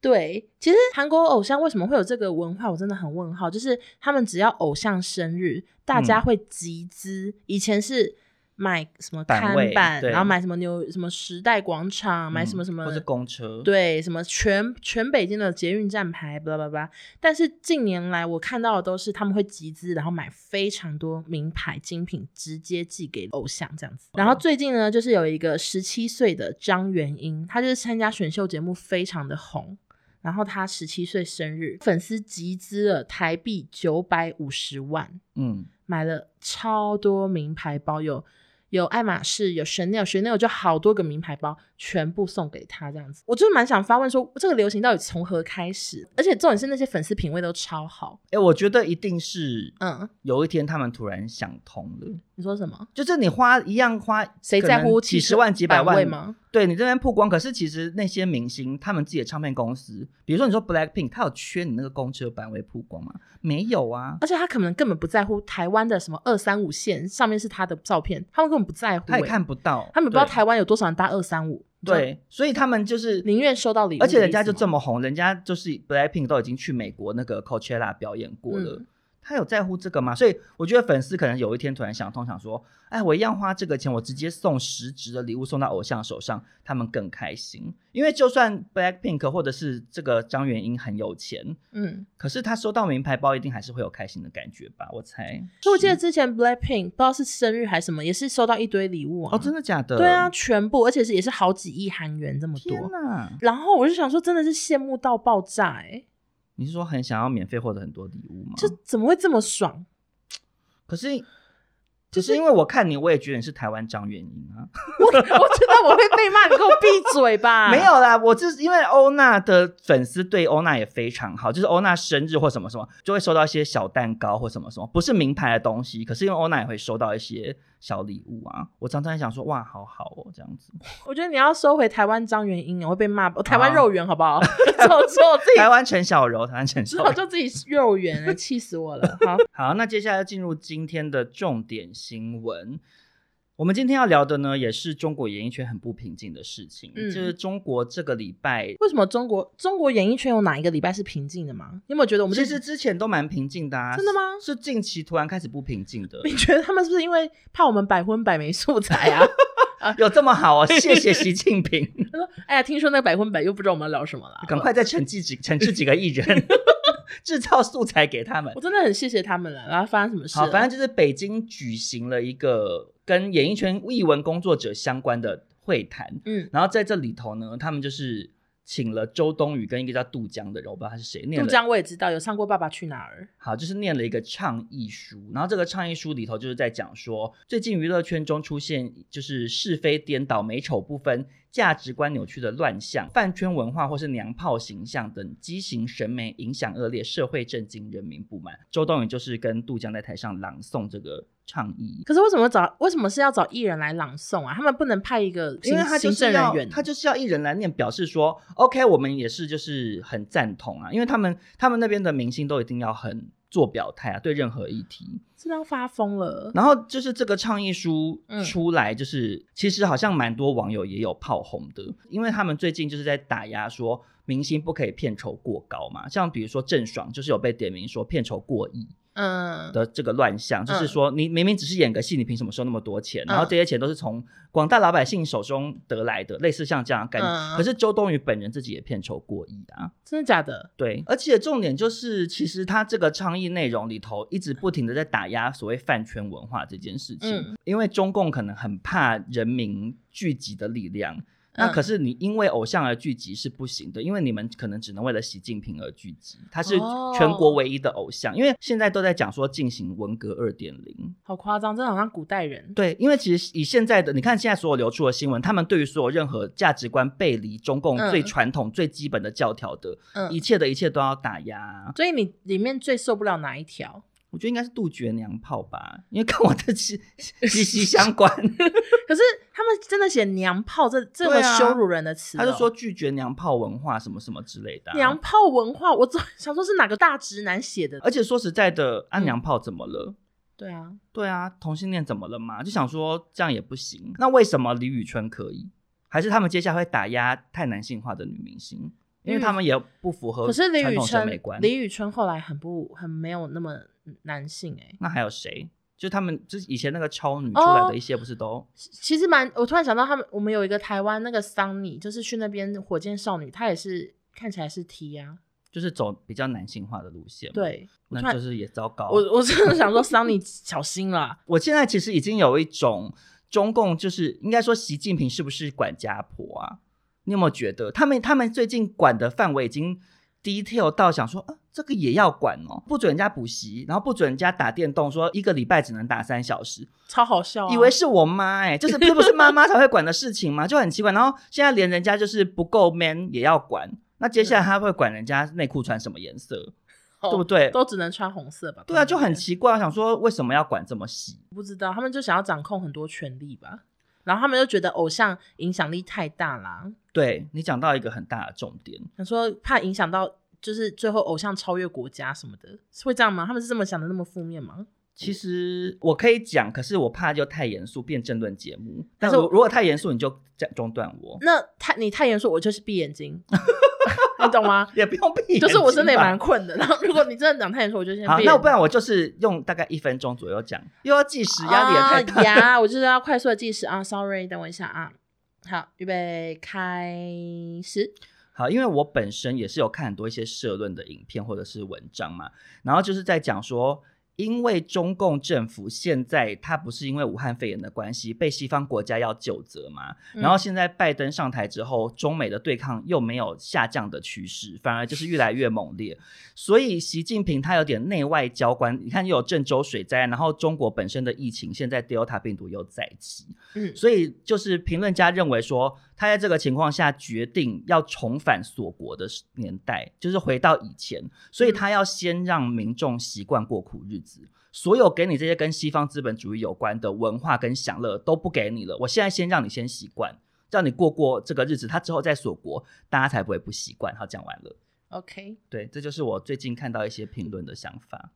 Speaker 1: 对，其实韩国偶像为什么会有这个文化，我真的很问号。就是他们只要偶像生日，大家
Speaker 2: 嗯
Speaker 1: 会集资。以前是买什么
Speaker 2: 版
Speaker 1: 看
Speaker 2: 位
Speaker 1: 板，
Speaker 2: 对
Speaker 1: 然后买什么牛什么时代广场，买什么什么
Speaker 2: 嗯或是公车？，
Speaker 1: 对，什么全全北京的捷运站牌，巴拉巴拉巴拉。但是近年来我看到的都是他们会集资，然后买非常多名牌精品，直接寄给偶像这样子。然后最近呢，就是有一个十七岁的张元英，她就是参加选秀节目非常的红。然后她十七岁生日，粉丝集资了台币九百五十万，
Speaker 2: 嗯，
Speaker 1: 买了超多名牌包，有有爱马仕，有 Chanel，Chanel 就好多个名牌包，全部送给他这样子。我就是蛮想发问说，这个流行到底从何开始？而且重点是那些粉丝品味都超好。
Speaker 2: 哎、我觉得一定是
Speaker 1: 嗯，
Speaker 2: 有一天他们突然想通了，
Speaker 1: 你说什么？
Speaker 2: 就是你花一样花，
Speaker 1: 嗯谁在乎
Speaker 2: 几
Speaker 1: 汽
Speaker 2: 十
Speaker 1: 车
Speaker 2: 万、几百
Speaker 1: 版位
Speaker 2: 万？
Speaker 1: 吗？
Speaker 2: 对你这边曝光，可是其实那些明星他们自己的唱片公司，比如说你说 Blackpink，他有缺你那个公车版位曝光吗？没有啊，
Speaker 1: 而且他可能根本不在乎台湾的什么二三五线上面是他的照片，他们根本不在乎、
Speaker 2: 他也
Speaker 1: 欸
Speaker 2: 看不到，
Speaker 1: 他们不知道
Speaker 2: 对
Speaker 1: 台湾有多少人搭二三五，你知道，
Speaker 2: 对，所以他们就是
Speaker 1: 宁愿收到礼物的
Speaker 2: 而
Speaker 1: 意思吗，
Speaker 2: 且人家就这么红，人家就是 Blackpink 都已经去美国那个 Coachella 表演过了。
Speaker 1: 嗯
Speaker 2: 他有在乎这个吗？所以我觉得粉丝可能有一天突然想通，想说：“哎，我一样花这个钱，我直接送实质的礼物送到偶像手上，他们更开心。因为就算 Blackpink 或者是这个张元英很有钱，
Speaker 1: 嗯。
Speaker 2: 可是他收到名牌包一定还是会有开心的感觉吧？我猜。
Speaker 1: 所以我记得之前 Blackpink 不知道是生日还是什么，也是收到一堆礼物啊。
Speaker 2: 哦，真的假的？
Speaker 1: 对啊，，全部，而且是也是好几亿韩元这么
Speaker 2: 天
Speaker 1: 多。
Speaker 2: 哪！
Speaker 1: 然后我就想说，真的是羡慕到爆炸哎、
Speaker 2: 你是说很想要免费获得很多礼物吗？
Speaker 1: 就怎么会这么爽？
Speaker 2: 可是，只是因为我看你，我也觉得你是台湾张元英啊。
Speaker 1: 我我觉得我会被骂，你给我闭嘴吧！
Speaker 2: 没，有啦，我就是因为欧娜的粉丝对欧娜也非常好，就是欧娜生日或什么什么，就会收到一些小蛋糕或什么什么，不是名牌的东西，可是因为欧娜也会收到一些小礼物啊。我常常在想说，哇，好好哦，这样子。
Speaker 1: 我觉得你要收回台湾张元英，我会被骂。我台湾
Speaker 2: 啊
Speaker 1: 肉圆好不好？ 只有只有自己
Speaker 2: 台湾陈小柔，台湾陈
Speaker 1: 只
Speaker 2: 小
Speaker 1: 好
Speaker 2: 柔。
Speaker 1: 就自己肉圆了，气死我了！好，
Speaker 2: 好，那接下来进入今天的重点新闻。我们今天要聊的呢，也是中国演艺圈很不平静的事情，
Speaker 1: 嗯
Speaker 2: 就是中国这个礼拜
Speaker 1: 为什么中国中国演艺圈有哪一个礼拜是平静的吗？你有没有觉得我
Speaker 2: 我
Speaker 1: 们
Speaker 2: 们
Speaker 1: 这
Speaker 2: 其实之前都蛮平静的啊，
Speaker 1: 真的吗
Speaker 2: 是是近期突然开始不平静的，
Speaker 1: 你觉得他们是不是因为怕我们百分百没素材啊？
Speaker 2: 有这么好哦？谢谢习近平，
Speaker 1: 他说：“哎呀，听说那个百分百又不知道我们要聊什么了。”
Speaker 2: 赶快再惩治几惩治几个艺人， 制造素材给他们
Speaker 1: 我！。真的很谢谢他们了。然后发生什么事了？
Speaker 2: 好，反正就是北京举行了一个跟演艺圈艺文工作者相关的会谈，
Speaker 1: 嗯，
Speaker 2: 然后在这里头呢，他们就是请了周冬雨跟一个叫杜江的人，我不知道他是谁，念
Speaker 1: 杜
Speaker 2: 了
Speaker 1: 江我也知道有上过《爸爸去哪儿
Speaker 2: 好，就是念了一个倡议书，然后这个倡议书里头就是在讲说，最近娱乐圈中出现就是是非颠倒、美丑不分、价值观扭曲的乱象，饭圈文化或是娘炮形象等畸形审美影响恶劣，社会震惊，人民不满。周冬雨就是跟杜江在台上朗诵这个倡议》，。
Speaker 1: 可是为什么找为什么是要找艺人来朗诵啊？他们不能派一个
Speaker 2: 因
Speaker 1: 行
Speaker 2: 为他就
Speaker 1: 行
Speaker 2: 是
Speaker 1: 政人
Speaker 2: 要
Speaker 1: 员，
Speaker 2: 他就是要一人来念，表示说 OK，我们也是就是很赞同啊，因为他们他们那边的明星都一定要很做表态啊，对任何议题。
Speaker 1: 真的要发疯了。
Speaker 2: 然后就是这个倡议书
Speaker 1: 嗯
Speaker 2: 出来，就是、其实好像蛮多网友也有炮轰的，因为他们最近就是在打压说明星不可以片酬过高嘛，像比如说郑爽就是有被点名说片酬过亿
Speaker 1: 嗯，
Speaker 2: 的这个乱象，就是说你明明只是演个戏，你凭什么收那么多钱？
Speaker 1: 嗯
Speaker 2: 然后这些钱都是从广大老百姓手中得来的，类似像这样的概念。
Speaker 1: 嗯
Speaker 2: 可是周冬雨本人自己也片酬过亿啊，
Speaker 1: 真的假的？
Speaker 2: 对，而且重点就是，其实他这个倡议内容里头一直不停的在打压所谓饭圈文化这件事情，
Speaker 1: 嗯
Speaker 2: 因为中共可能很怕人民聚集的力量。那
Speaker 1: 嗯
Speaker 2: 可是你因为偶像而聚集是不行的，因为你们可能只能为了习近平而聚集，他是
Speaker 1: 哦
Speaker 2: 全国唯一的偶像。因为现在都在讲说进行文革二点零，
Speaker 1: 好夸张，真的好像古代人。
Speaker 2: 对，因为其实以现在的你看，现在所有流出的新闻，他们对于所有任何价值观背离中共
Speaker 1: 嗯
Speaker 2: 最传统、最基本的教条的、
Speaker 1: 嗯
Speaker 2: 一，切的一切都要打压啊。
Speaker 1: 所以你里面最受不了哪一条？
Speaker 2: 我觉得应该是杜绝娘炮吧，因为跟我的 息息息相关。
Speaker 1: 可是他们真的写“娘炮”这这么
Speaker 2: 对啊
Speaker 1: 羞辱人的词哦、
Speaker 2: 他就说拒绝娘炮文化什么什么之类的、啊
Speaker 1: 娘，炮文化，我总 想说是哪个大直男写的？
Speaker 2: 而且说实在的，啊，
Speaker 1: 嗯
Speaker 2: 娘炮怎么了？
Speaker 1: 对啊，
Speaker 2: 对啊，同性恋怎么了嘛？就想说这样也不行。那为什么李宇春可以？还是他们接下来会打压太男性化的女明星？因为他们也不符
Speaker 1: 嗯
Speaker 2: 合
Speaker 1: 可是李
Speaker 2: 传
Speaker 1: 宇
Speaker 2: 统审美
Speaker 1: 春，
Speaker 2: 观。
Speaker 1: 李宇春后来很不很没有那么男性哎、
Speaker 2: 那还有谁？就他们就是以前那个超女出来
Speaker 1: 哦
Speaker 2: 的一些，不是都、
Speaker 1: 其其实蛮，我突然想到他们，我们有一个台湾那个桑尼，就是去那边火箭少女，她也是看起来是 T 啊，
Speaker 2: 就是走比较男性化的路线？，
Speaker 1: 对我突
Speaker 2: 那
Speaker 1: 然
Speaker 2: 就是也糟糕。
Speaker 1: 我我真的想说桑尼小心啦，
Speaker 2: 我现在其实已经有一种中共就是应该说习近平是不是管家婆啊？你有没有觉得他们他们最近管的范围已经 detail 到想说，啊，这个也要管哦，不准人家补习，然后不准人家打电动，说一个礼拜只能打三小时，
Speaker 1: 超好笑、啊，
Speaker 2: 以为是我妈哎、就是这不是妈妈才会管的事情吗？就很奇怪。然后现在连人家就是不够 man 也要管，那接下来他会管人家内裤穿什么颜色，
Speaker 1: 哦
Speaker 2: 对不对？
Speaker 1: 都只能穿红色吧？
Speaker 2: 对啊，就很
Speaker 1: 对
Speaker 2: 奇怪，我想说为什么要管这么细？
Speaker 1: 不知道，他们就想要掌控很多权力吧，然后他们就觉得偶像影响力太大啦，
Speaker 2: 对你讲到一个很大的重点，
Speaker 1: 想说怕影响到。就是最后偶像超越国家什么的，是会这样吗？他们是这么想的那么负面吗？
Speaker 2: 其实我可以讲，可是我怕就太严肃变政论节目。但
Speaker 1: 那
Speaker 2: 是
Speaker 1: 我嗯
Speaker 2: 如果太严肃，你就讲中断我，
Speaker 1: 那太你太严肃，我就是闭眼睛， 你懂吗？
Speaker 2: 也不用闭眼睛吧。
Speaker 1: 就是我真的也蛮困的。然后如果你真的讲太严肃，我就先
Speaker 2: 好，
Speaker 1: 闭
Speaker 2: 那
Speaker 1: 眼
Speaker 2: 我不然我就是用大概一分钟左右讲，又要计时，
Speaker 1: 睛
Speaker 2: 压力也太大。
Speaker 1: 啊呀，我就是要快速的计时啊，sorry，等我一下啊。好，预备开始。
Speaker 2: 好，因为我本身也是有看很多一些社论的影片或者是文章嘛，然后就是在讲说。因为中共政府现在它不是因为武汉肺炎的关系被西方国家要九责嘛，
Speaker 1: 嗯
Speaker 2: 然后现在拜登上台之后，中美的对抗又没有下降的趋势，反而就是越来越猛烈。所以习近平他有点内外交关，你看又有郑州水灾，然后中国本身的疫情，现在 Delta 病毒又再起，
Speaker 1: 嗯
Speaker 2: 所以就是评论家认为说，他在这个情况下决定要重返锁国的年代，就是回到以前，所以他要先让民众习惯过苦日子。所有给你这些跟西方资本主义有关的文化跟享乐都不给你了，我现在先让你先习惯，让你过过这个日子，他之后再锁国，大家才不会不习惯。好，讲完了。
Speaker 1: ，OK。
Speaker 2: 对，这就是我最近看到一些评论的想法。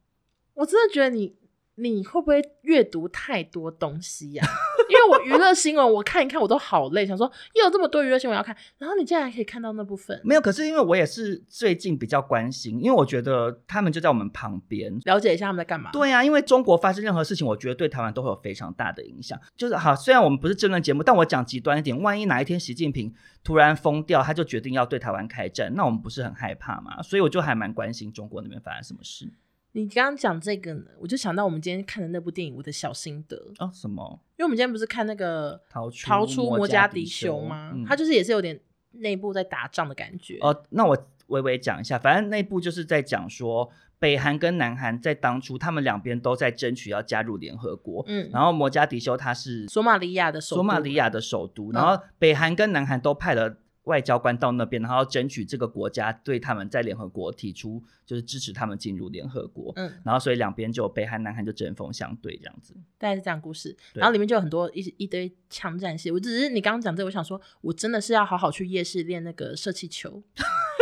Speaker 1: 我真的觉得你你会不会阅读太多东西呀、 因为我娱乐新闻我看一看我都好累，想说又有这么多娱乐新闻要看，然后你竟然还可以看到那部分，
Speaker 2: 没有，可是因为我也是最近比较关心，因为我觉得他们就在我们旁边，
Speaker 1: 了解一下他们在干嘛？
Speaker 2: 对呀、因为中国发生任何事情，我觉得对台湾都会有非常大的影响。就是好，虽然我们不是政论节目，但我讲极端一点，万一哪一天习近平突然疯掉，他就决定要对台湾开战，那我们不是很害怕吗？所以我就还蛮关心中国那边发生什么事
Speaker 1: 你刚刚讲这个呢，我就想到我们今天看的那部电影《我的小心得》，
Speaker 2: 哦，什么
Speaker 1: 因为我们今天不是看那个
Speaker 2: 逃出
Speaker 1: 逃出
Speaker 2: 摩
Speaker 1: 摩
Speaker 2: 加
Speaker 1: 加
Speaker 2: 迪
Speaker 1: 迪
Speaker 2: 修
Speaker 1: 修吗？
Speaker 2: 嗯
Speaker 1: 他就是也是有点内部在打仗的感觉。
Speaker 2: 哦，那我微微讲一下，反正内部就是在讲说，北韩跟南韩在当初他们两边都在争取要加入联合国，
Speaker 1: 嗯，
Speaker 2: 然后摩加迪修它是
Speaker 1: 索马里亚的首都
Speaker 2: 索马里亚的首
Speaker 1: 嗯
Speaker 2: 都，然后北韩跟南韩都派了外交官到那边，然后要争取这个国家对他们在联合国提出就是支持他们进入联合国，
Speaker 1: 嗯，
Speaker 2: 然后所以两边就北韩南韩就针锋相对这样子。
Speaker 1: 大概是这样的故事。
Speaker 2: 对
Speaker 1: 然后里面就有很多一一堆枪战戏。我只是你刚刚讲这个，我想说，我真的是要好好去夜市练那个射气 球，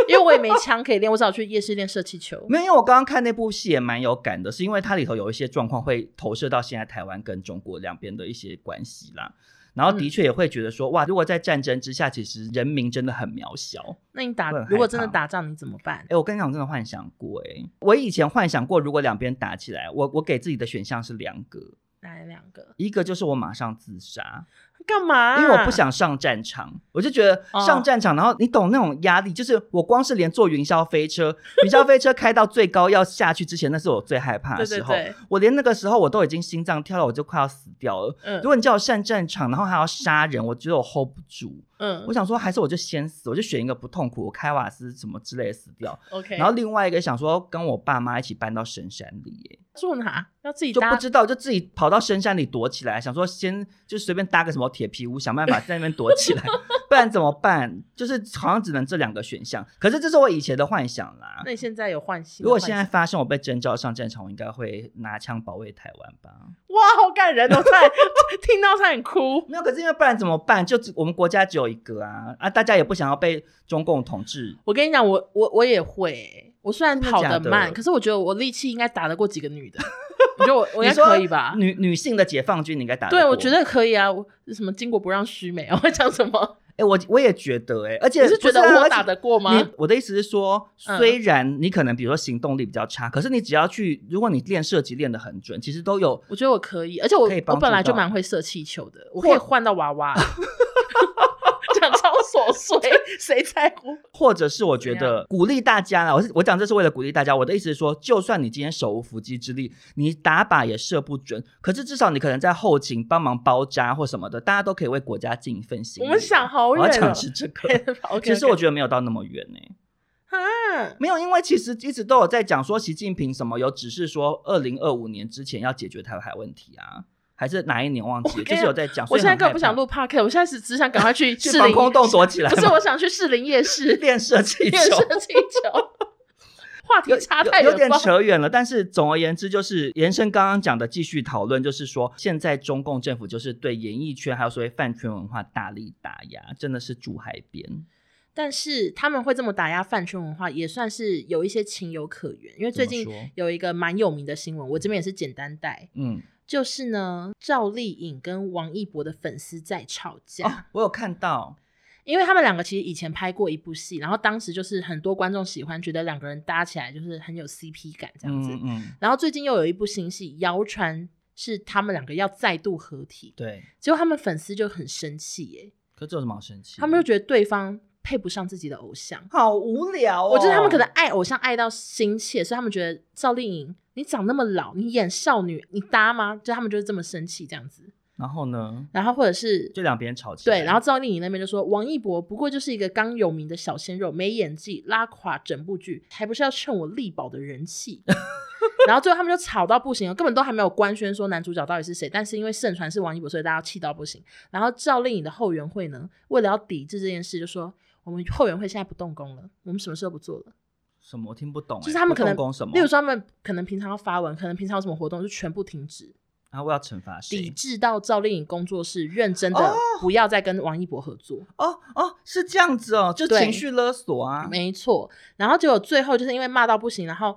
Speaker 1: 因为我也没枪可以练，我只好去夜市练射气球。
Speaker 2: 没有，因为我刚刚看那部戏也蛮有感的，是因为它里头有一些状况会投射到现在台湾跟中国两边的一些关系啦。然
Speaker 1: 嗯
Speaker 2: 后的确也会觉得说，哇，如果在战争之下，其实人民真的很渺小。
Speaker 1: 那你打
Speaker 2: 我很害怕
Speaker 1: 如果真的打仗，你怎么办
Speaker 2: 哎、？我跟你讲，我真的幻想过、欸，哎，我以前幻想过，如果两边打起来，我我给自己的选项是两个，
Speaker 1: 来两个
Speaker 2: 一个就是我马上自杀，
Speaker 1: 干嘛、
Speaker 2: 因为我不。想上战场，我就觉得
Speaker 1: 啊哦
Speaker 2: 上战场，然后你懂那种压力，就是我光是连坐云霄飞车，云霄飞车开到最高要下去之前，那是我最害怕的
Speaker 1: 对
Speaker 2: 时
Speaker 1: 对
Speaker 2: 候，
Speaker 1: 对，
Speaker 2: 我连那个时候我都已经心脏跳到我就快要死掉了。
Speaker 1: 嗯
Speaker 2: 如果你叫我上战场，然后还要杀人，我觉得我 hold 不住。
Speaker 1: 嗯
Speaker 2: 我想说，还是我就先死，我就选一个不痛苦，我开瓦斯什么之类的死掉。
Speaker 1: ，OK。
Speaker 2: 然后另外一个想说，跟我爸妈一起搬到深山里、耶。
Speaker 1: 住哪？要自己
Speaker 2: 就
Speaker 1: 搭
Speaker 2: 不知道，就自己跑到深山里躲起来，想说先就随便搭个什么铁皮屋，想办法在那边躲 起来，不然怎么办？就是好像只能这两个选项。可是这是我以前的幻想啦
Speaker 1: 那。你现在有换新的
Speaker 2: 如果
Speaker 1: 幻
Speaker 2: 现在
Speaker 1: 想
Speaker 2: 发生我被征召上战场，我应该会拿枪保卫台湾吧？
Speaker 1: 哇，好感人哦！ 差点听到差点哭。
Speaker 2: 没有，可是因为不然怎么办？就只我们国家只有一个啊啊！大家也不想要被中共统治。
Speaker 1: 我跟你讲，我我我也会欸，我虽然
Speaker 2: 真的
Speaker 1: 跑
Speaker 2: 假
Speaker 1: 得
Speaker 2: 的
Speaker 1: 慢，可是我觉得我力气应该打得过几个女的。你觉得我我应
Speaker 2: 你
Speaker 1: 该
Speaker 2: 说
Speaker 1: 可以吧？
Speaker 2: 女女性的解放军，你应该打得
Speaker 1: 对，我
Speaker 2: 过
Speaker 1: 觉得可以啊。我什么巾帼不让须眉啊？ 我在讲什么？
Speaker 2: 哎、我我也觉得、哎，而且
Speaker 1: 你是觉得
Speaker 2: 不啊
Speaker 1: 我
Speaker 2: 而且
Speaker 1: 打得过吗？
Speaker 2: 你我的意思是说，
Speaker 1: 嗯
Speaker 2: 虽然你可能比如说行动力比较差，可是你只要去，如果你练射击练得很准，其实都有。
Speaker 1: 我觉得我可以，而且我
Speaker 2: 可以
Speaker 1: 我
Speaker 2: 帮助
Speaker 1: 本来就
Speaker 2: 到
Speaker 1: 蛮会射气球的，我可以换到娃 娃。讲超琐碎， 谁在乎？
Speaker 2: 或者是我觉
Speaker 1: 怎么
Speaker 2: 得鼓励大家啦，我是我讲这是为了鼓励大家。我的意思是说，就算你今天手无缚鸡之力，你打靶也射不准，可是至少你可能在后勤帮忙包扎或什么的，大家都可以为国家尽一份心力。
Speaker 1: 我们想好
Speaker 2: 我
Speaker 1: 远
Speaker 2: 要
Speaker 1: 了
Speaker 2: 讲。是这 个。
Speaker 1: OK，
Speaker 2: 其实我觉得没有到那么远呢、
Speaker 1: 啊，
Speaker 2: 没有，因为其实一直都有在讲说习近平什么有指示说二零二五年之前要解决台海问题啊，还是哪一年忘记
Speaker 1: 我
Speaker 2: 了，
Speaker 1: 跟
Speaker 2: 就是有在讲。
Speaker 1: 我
Speaker 2: 所以
Speaker 1: 现在
Speaker 2: 很
Speaker 1: 根本
Speaker 2: 害
Speaker 1: 不想
Speaker 2: 怕
Speaker 1: 录 p o d c a s t 我现在是只想赶快 去
Speaker 2: 去
Speaker 1: 士
Speaker 2: 防
Speaker 1: 林
Speaker 2: 空洞 躲起来吗，
Speaker 1: 不是，我想去士林夜市
Speaker 2: 练射气
Speaker 1: 练
Speaker 2: 球。
Speaker 1: 射气球。 话题
Speaker 2: 有
Speaker 1: 差太远
Speaker 2: 有有点
Speaker 1: 了。
Speaker 2: 扯远了，但是总而言之，就是延伸刚刚讲的继续讨论，就是说现在中共政府就是对演艺圈还有所谓饭圈文化大力打压，真的是住海边。
Speaker 1: 但是他们会这么打压饭圈文化，也算是有一些情有可原。因为最近
Speaker 2: 怎么说
Speaker 1: 有一个蛮有名的新闻，我这边也是简单带，
Speaker 2: 嗯，
Speaker 1: 就是呢，赵丽颖跟王一博的粉丝在吵架，
Speaker 2: 哦，我有看到，
Speaker 1: 因为他们两个其实以前拍过一部戏，然后当时就是很多观众喜欢，觉得两个人搭起来就是很有 CP 感这样子。
Speaker 2: 嗯嗯，
Speaker 1: 然后最近又有一部新戏，谣传是他们两个要再度合体，
Speaker 2: 对，
Speaker 1: 结果他们粉丝就很生气耶、
Speaker 2: 可这有什么好生气的？
Speaker 1: 他们就觉得对方配不上自己的偶像。
Speaker 2: 好无聊、哦。
Speaker 1: 我觉得他们可能爱偶像爱到心切，所以他们觉得赵丽颖你长那么老，你演少女，你搭吗？就他们就是这么生气这样子。
Speaker 2: 然后呢，
Speaker 1: 然后或者是
Speaker 2: 就两边吵起来。
Speaker 1: 对，然后赵丽颖那边就说王一博不过就是一个刚有名的小鲜肉，没演技拉垮整部剧，还不是要趁我力保的人 气。然后最后他们就吵到不行哦了，根本都还没有官宣说男主角到底是谁，但是因为盛传是王一博，所以大家气到不行。然后赵丽颖的后援会呢，为了要抵制这件事，就说我们后援会现在不动工了，我们什么事都不做了。
Speaker 2: 什么我听不懂、欸，
Speaker 1: 就是他们可能
Speaker 2: 不动工什么，
Speaker 1: 例如说他们可能平常要发文，可能平常有什么活动就全部停止，
Speaker 2: 然后我要惩罚
Speaker 1: 抵
Speaker 2: 谁？
Speaker 1: 制到赵丽颖工作室认真的
Speaker 2: 哦
Speaker 1: 不要再跟王一博合作。
Speaker 2: 哦哦，是这样子哦，就
Speaker 1: 对
Speaker 2: 情绪勒索啊。
Speaker 1: 没错，然后结果最后就是因为骂到不行，然后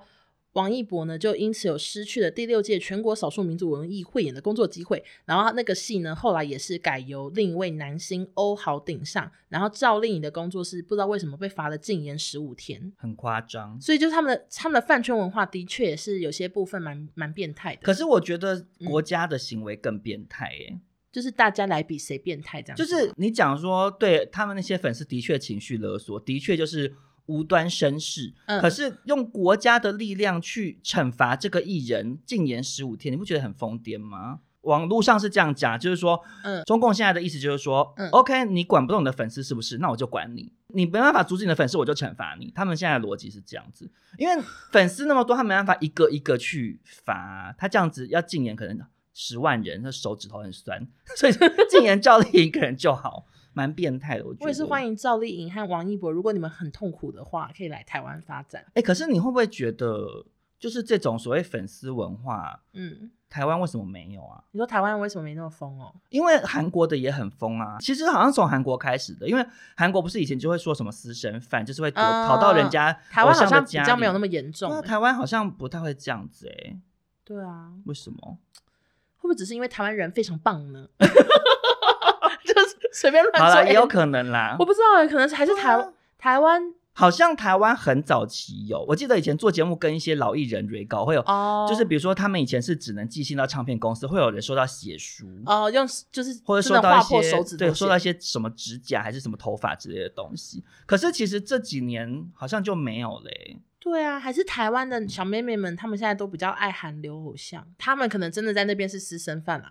Speaker 1: 王一博呢就因此有失去了第六届全国少数民族文艺汇演的工作机会。然后那个戏呢，后来也是改由另一位男星欧豪顶上，然后赵丽颖的工作室不知道为什么被罚了禁言十五天。
Speaker 2: 很夸张，
Speaker 1: 所以就是他们的他们的饭圈文化的确也是有些部分蛮蛮变态的，
Speaker 2: 可是我觉得
Speaker 1: 嗯
Speaker 2: 国家的行为更变态欸耶、
Speaker 1: 就是大家来比谁变态这样
Speaker 2: 就
Speaker 1: 子。
Speaker 2: 是你讲说，对他们那些粉丝的确情绪勒索，的确就是无端生事。
Speaker 1: 嗯
Speaker 2: 可是用国家的力量去惩罚这个艺人，禁言十五天，你不觉得很疯癫吗？网络上是这样讲，就是说，
Speaker 1: 嗯
Speaker 2: 中共现在的意思就是说、
Speaker 1: 嗯
Speaker 2: o k 你管不动你的粉丝是不是？那我就管你，你没办法阻止你的粉丝，我就惩罚你。他们现在的逻辑是这样子，因为粉丝那么多，他没办法一个一个去罚，他这样子要禁言可能十万人，他手指头很酸， 所以禁言赵丽颖一个人就好，蛮变态的。我觉得
Speaker 1: 我也是欢
Speaker 2: 迎。
Speaker 1: 迎赵丽颖和王一博，如果你们很痛苦的话，可以来台湾发展。
Speaker 2: 哎、可是你会不会觉得，就是这种所谓粉丝文化，
Speaker 1: 嗯，
Speaker 2: 台湾为什么没有啊？
Speaker 1: 你说台湾为什么没那么疯哦？
Speaker 2: 因为韩国的也很疯啊，其实好像从韩国开始的，因为韩国不是以前就会说什么私生饭，就是会躲、
Speaker 1: 啊
Speaker 2: 逃到人家
Speaker 1: 台湾
Speaker 2: 偶
Speaker 1: 好
Speaker 2: 像的
Speaker 1: 像比
Speaker 2: 家
Speaker 1: 较没有那么
Speaker 2: 么
Speaker 1: 严重、欸
Speaker 2: 啊台湾好像不太会这样子哎、
Speaker 1: 对啊，
Speaker 2: 为什么？
Speaker 1: 会不会只是因为台湾人非常棒 呢？ 就是随便乱
Speaker 2: 好
Speaker 1: 说，
Speaker 2: 啦，也有
Speaker 1: 能、
Speaker 2: 可能啊啦
Speaker 1: 我。不知道、欸，可能是还是台、
Speaker 2: 对啊
Speaker 1: 台湾
Speaker 2: 好像台湾很早期有，我记得以前做节目跟一些老艺人 re 稿会有，
Speaker 1: 哦，
Speaker 2: 就是比如说他们以前是只能寄信到唱片公司，会有人收到血书。
Speaker 1: 哦用就是
Speaker 2: 或者
Speaker 1: 真
Speaker 2: 收
Speaker 1: 的划
Speaker 2: 到一
Speaker 1: 破
Speaker 2: 些
Speaker 1: 手指
Speaker 2: 对，
Speaker 1: 头
Speaker 2: 收到一
Speaker 1: 写，
Speaker 2: 些什么指甲还是什么头发之类的东西。可是其实这几年好像就没有嘞、
Speaker 1: 对啊，还是台湾的小妹妹们，她们现在都比较爱韩流偶像，她们可能真的在那边是私生饭 啊，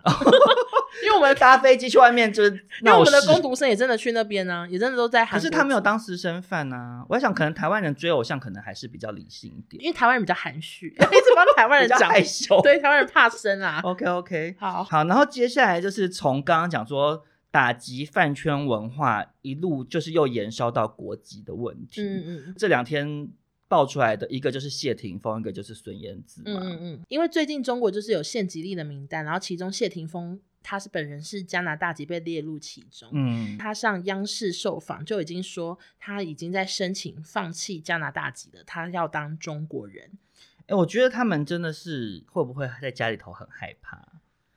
Speaker 1: 因为我们
Speaker 2: 搭飞机去外面就是
Speaker 1: 因为我
Speaker 2: 闹
Speaker 1: 们
Speaker 2: 事。
Speaker 1: 的攻读生也真的去那边呢、啊，也真的都在韩
Speaker 2: 可
Speaker 1: 国，
Speaker 2: 是他没有，当私生饭啊！我在想，可能台湾人追偶像可能还是比较理性一点，
Speaker 1: 因为台湾人比较含蓄， 一直帮台湾
Speaker 2: 比
Speaker 1: 人
Speaker 2: 较
Speaker 1: 讲
Speaker 2: 害，羞。哦
Speaker 1: 对台湾人怕生啊，
Speaker 2: ，OK OK，
Speaker 1: 好
Speaker 2: 好，然后接下来就是从刚刚讲说打击饭圈文化，一路就是又延烧到国籍的问题。
Speaker 1: 嗯嗯
Speaker 2: 这两天爆出来的一个就是谢霆锋，一个就是孙燕姿
Speaker 1: 嗯
Speaker 2: 嘛。
Speaker 1: 嗯嗯，因为最近中国就是有限吉利的名单，然后其中谢霆锋他是本人是加拿大籍被列入其中。
Speaker 2: 嗯
Speaker 1: 他上央视受访就已经说，他已经在申请放弃加拿大籍了，他要当中国人。
Speaker 2: 哎、我觉得他们真的是会不会在家里头很害怕？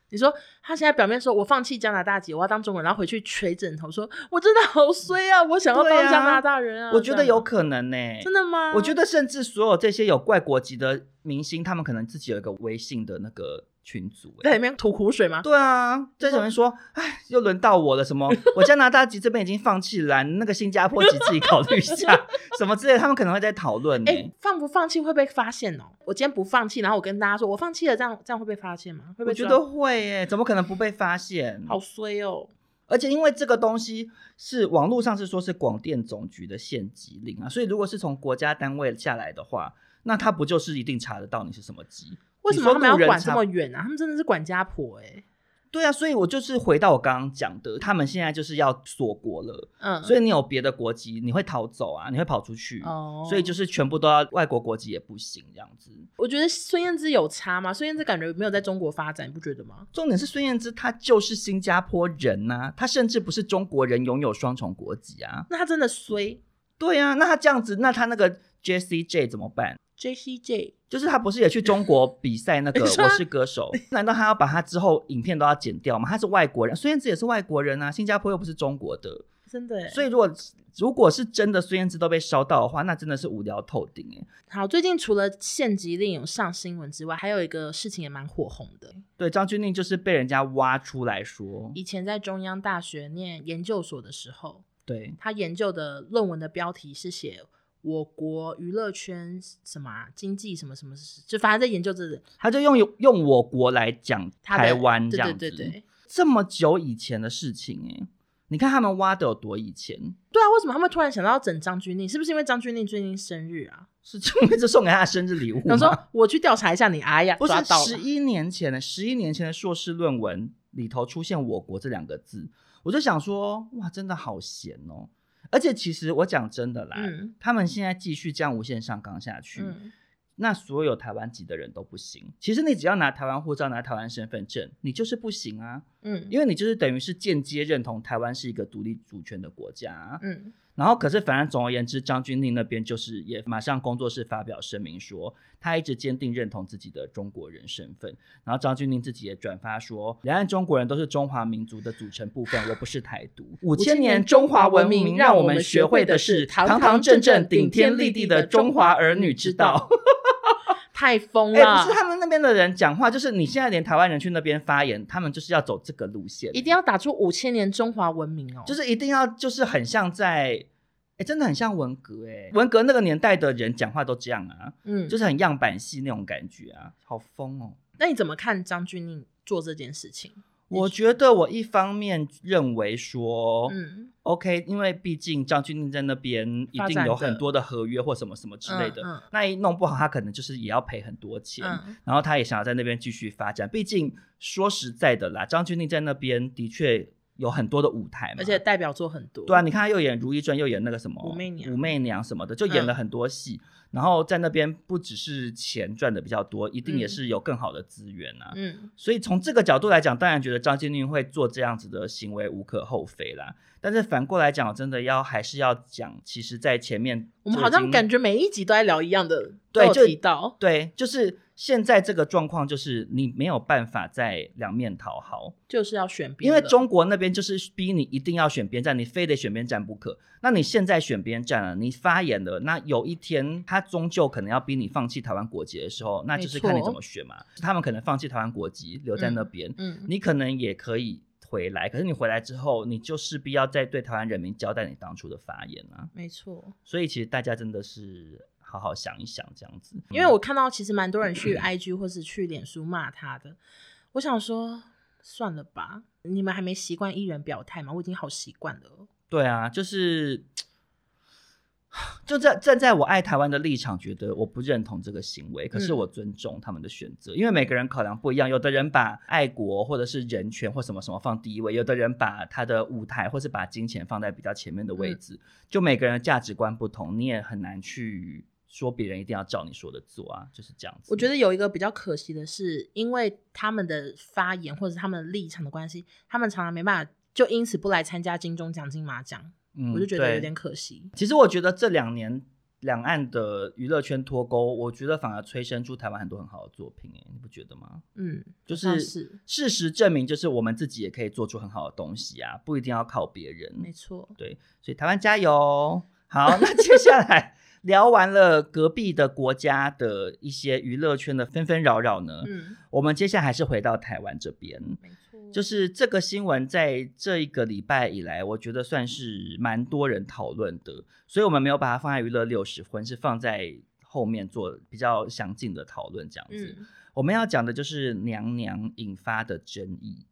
Speaker 1: 你说他现在表面说我放弃加拿大籍，我要当中国人，然后回去捶枕头说，我真的好衰啊，我想要当
Speaker 2: 对啊
Speaker 1: 加拿大人啊。
Speaker 2: 我觉得有
Speaker 1: 可
Speaker 2: 可能呢、
Speaker 1: 真的吗？
Speaker 2: 我觉得甚至所有这些有怪国籍的明星，他们可能自己有一个微信的那个群组、
Speaker 1: 在
Speaker 2: 哎
Speaker 1: 里面吐苦水吗？
Speaker 2: 对啊，在里面说，哎，又轮到我了，什么我加拿大籍这边已经放弃了啊，你那个新加坡籍自己考虑 一下，什么之类的，他们可能会在讨论呢
Speaker 1: 哎、。放不放弃会被发现哦。我今天不放弃，然后我跟大家说我放弃了，这样这样会被发现吗？会被
Speaker 2: 我觉
Speaker 1: 抓
Speaker 2: 得会耶，怎么可能不被发现？
Speaker 1: 好衰哦。
Speaker 2: 而且因为这个东西是网络上是说是广电总局的限籍令啊，所以如果是从国家单位下来的话，那他不就是一定查得到你是什么籍？
Speaker 1: 为什么他们要
Speaker 2: 路人
Speaker 1: 管
Speaker 2: 查
Speaker 1: 这么远啊？他们真的是管家婆哎、
Speaker 2: 对啊，所以我就是回到我刚刚讲的，他们现在就是要锁国了，
Speaker 1: 嗯，
Speaker 2: 所
Speaker 1: 以
Speaker 2: 以你有别的国籍，你会逃走啊，你会跑出去，
Speaker 1: 哦，
Speaker 2: 所以就是全部都要外国国籍也不行这样子。
Speaker 1: 我觉得孙燕姿有差吗？孙燕姿感觉没有在中国发展，你不觉得吗？
Speaker 2: 重点是孙燕姿她就是新加坡人呐、她甚至不是中国人，拥有双重国籍啊。
Speaker 1: 那她真的衰。
Speaker 2: 对啊，那她这样子，那她那个 J C J 怎么办？
Speaker 1: J C J
Speaker 2: 就是她不是也去中国比赛那个
Speaker 1: 你说
Speaker 2: 我是歌手？ 难道她要把她之后影片都要剪掉吗？她是外国人，孙燕姿也是外国人啊，新加坡又不是中国的。
Speaker 1: 真的、欸，
Speaker 2: 所以如果如果是真的孙燕姿都被烧到的话，那真的是无聊透顶哎。
Speaker 1: 好，最近除了县级令有上新闻之外，还有一个事情也蛮火红的。
Speaker 2: 对，张钧甯就是被人家挖出来说，
Speaker 1: 以前在中央大学念研究所的时候，
Speaker 2: 对，
Speaker 1: 他研究的论文的标题是写我国娱乐圈什么、啊、经济什么什么，就反正在研究这个
Speaker 2: 他就用用我国来讲
Speaker 1: 他的
Speaker 2: 台湾这
Speaker 1: 对
Speaker 2: 样
Speaker 1: 对
Speaker 2: 子，
Speaker 1: 对对。
Speaker 2: 这么久以前的事情哎、你看他们挖的有多以前，
Speaker 1: 对啊，为什么他们突然想到整张钧甯？是不是因为张钧甯最近生日啊？
Speaker 2: 是因为这送给他的生日礼物吗？
Speaker 1: 想说我去调查一下你，哎呀，
Speaker 2: 不是
Speaker 1: 抓到
Speaker 2: 十
Speaker 1: 了，
Speaker 2: 一年前的，十一年前的硕士论文里头出现“我国”这两个字，我就想说，哇，真的好闲哦！而且其实我讲真的啦，
Speaker 1: 嗯
Speaker 2: 他们现在继续这样无限上纲下去，
Speaker 1: 嗯，
Speaker 2: 那所有台湾籍的人都不行。其实你只要拿台湾护照、拿台湾身份证，你就是不行啊，
Speaker 1: 嗯，
Speaker 2: 因为你就是等于是间接认同台湾是一个独立主权的国家啊、
Speaker 1: 嗯，
Speaker 2: 然后，可是反正总而言之，张钧甯那边就是也马上工作室发表声明说，他一直坚定认同自己的中国人身份。然后张钧甯自己也转发说，两岸中国人都是中华民族的组成部分，我不是台独。五千年中华文明让我们学会的是堂堂正正、顶天立地的中华儿女之道。
Speaker 1: 太疯
Speaker 2: 哎、
Speaker 1: 了
Speaker 2: 不是，他们那边的人讲话，就是你现在连台湾人去那边发言，他们就是要走这个路线，
Speaker 1: 一定要打出五千年中华文明哦，
Speaker 2: 就是一定要，就是很像在，哎，真的很像文革哎，文革那个年代的人讲话都这样啊，
Speaker 1: 嗯，
Speaker 2: 就是很样板戏那种感觉啊，好疯哦。
Speaker 1: 那你怎么看张钧甯做这件事情？
Speaker 2: 我觉得我一方面认为说、
Speaker 1: 嗯，
Speaker 2: o k 因为毕竟张钧甯在那边一
Speaker 1: 发
Speaker 2: 定
Speaker 1: 展
Speaker 2: 有
Speaker 1: 的
Speaker 2: 很多的合约或什么什么之类的，
Speaker 1: 嗯嗯
Speaker 2: 那一弄不好他可能就是也要赔很多钱，
Speaker 1: 嗯
Speaker 2: 然后他也想要在那边继续发展。毕竟说实在的啦，张钧甯在那边的确有很多的舞台嘛，
Speaker 1: 而且代表作很多，
Speaker 2: 对啊，你看他又演《如懿传》，又演那个什么
Speaker 1: 武媚娘嗯
Speaker 2: 武媚娘什么的，就演了很多戏。然后在那边不只是钱赚的比较多，一定也
Speaker 1: 嗯
Speaker 2: 是有更好的资源啊。
Speaker 1: 嗯
Speaker 2: 所以从这个角度来讲，当然觉得张钧甯会做这样子的行为无可厚非啦。但是反过来讲，我真的要还是要讲，其实，在前面
Speaker 1: 我们好像
Speaker 2: 感。
Speaker 1: 感觉每一集都在聊一样的，
Speaker 2: 对
Speaker 1: 都
Speaker 2: 就
Speaker 1: 有提到，
Speaker 2: 对，就是现在这个状况，就是你没有办法在两面讨好，
Speaker 1: 就是要选边
Speaker 2: 因
Speaker 1: 了，
Speaker 2: 为中国那边就是逼你一定要选边站，你非得选边站不可。那你现在选边站了，你发言了，那有一天他终究可能要逼你放弃台湾国籍的时候，那就是看你
Speaker 1: 没错
Speaker 2: 怎么选嘛。他们可能放弃台湾国籍，留在那边，
Speaker 1: 嗯
Speaker 2: 你可能也可以回来，可是你回来之后，你就势必要再对台湾人民交代你当初的发言啊。
Speaker 1: 没错，
Speaker 2: 所以其实大家真的是好好想一想这样子，
Speaker 1: 因为我看到其实蛮多人去 IG 或是去脸书骂他的，我想说算了吧，你们还没习惯艺人表态吗？我已经好习惯了哦，
Speaker 2: 对啊，就是就站站在我爱台湾的立场，觉得我不认同这个行为，可是
Speaker 1: 嗯
Speaker 2: 我尊重他们的选择，因为每个人考量不一样，有的人把爱国或者是人权或什么什么放第一位，有的人把他的舞台或是把金钱放在比较前面的位
Speaker 1: 嗯
Speaker 2: 置，就每个人的价值观不同，你也很难去。说别人一定要照你说的做啊，就是这样子。
Speaker 1: 我觉
Speaker 2: 得
Speaker 1: 得有一个比较可惜的是，因为他们的发言或者是他们的立场的关系，他们常常没办法，就因此不来参加金钟奖、金马奖，我就觉得有点可惜。
Speaker 2: 嗯其实我觉得这两年两岸的娱乐圈脱钩，我觉得反而催生出台湾很多很好的作品、欸，你不觉得吗？
Speaker 1: 嗯，
Speaker 2: 就
Speaker 1: 好像
Speaker 2: 是
Speaker 1: 是
Speaker 2: 事实证明，就是我们自己也可以做出很好的东西啊，不一定要靠别
Speaker 1: 没
Speaker 2: 人。
Speaker 1: 错。
Speaker 2: 对，所以台湾加油！好，那接下来聊完了隔壁的国家的一些娱乐圈的纷纷扰扰呢，
Speaker 1: 嗯，
Speaker 2: 我们接下来还是回到台湾这边。
Speaker 1: 没错，
Speaker 2: 就是这个新闻在这一个礼拜以来，我觉得算是蛮多人讨论的，所以我们没有把它放在娱乐六十分，是放在后面做比较详尽的讨论这样子。
Speaker 1: 嗯
Speaker 2: 我们要讲的就是娘娘引发的争议。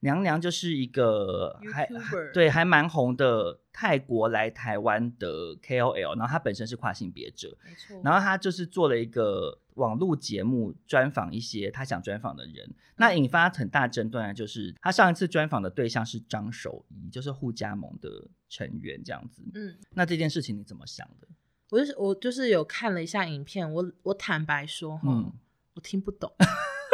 Speaker 2: 娘娘就是一个还
Speaker 1: YouTuber
Speaker 2: 对还蛮红的泰国来台湾的 KOL，然后她本身是跨性别者，
Speaker 1: 没错。
Speaker 2: 然后他就是做了一个网络节目，专访一些他想专访的人。那
Speaker 1: 嗯
Speaker 2: 引发很大争端的啊就是，他上一次专访的对象是张守仪，就是互加盟的成员这样子。
Speaker 1: 嗯，
Speaker 2: 那这件事情你怎么想的？
Speaker 1: 我就是我就是有看了一下影片，我我坦白说，
Speaker 2: 嗯
Speaker 1: 嗯，我听不懂，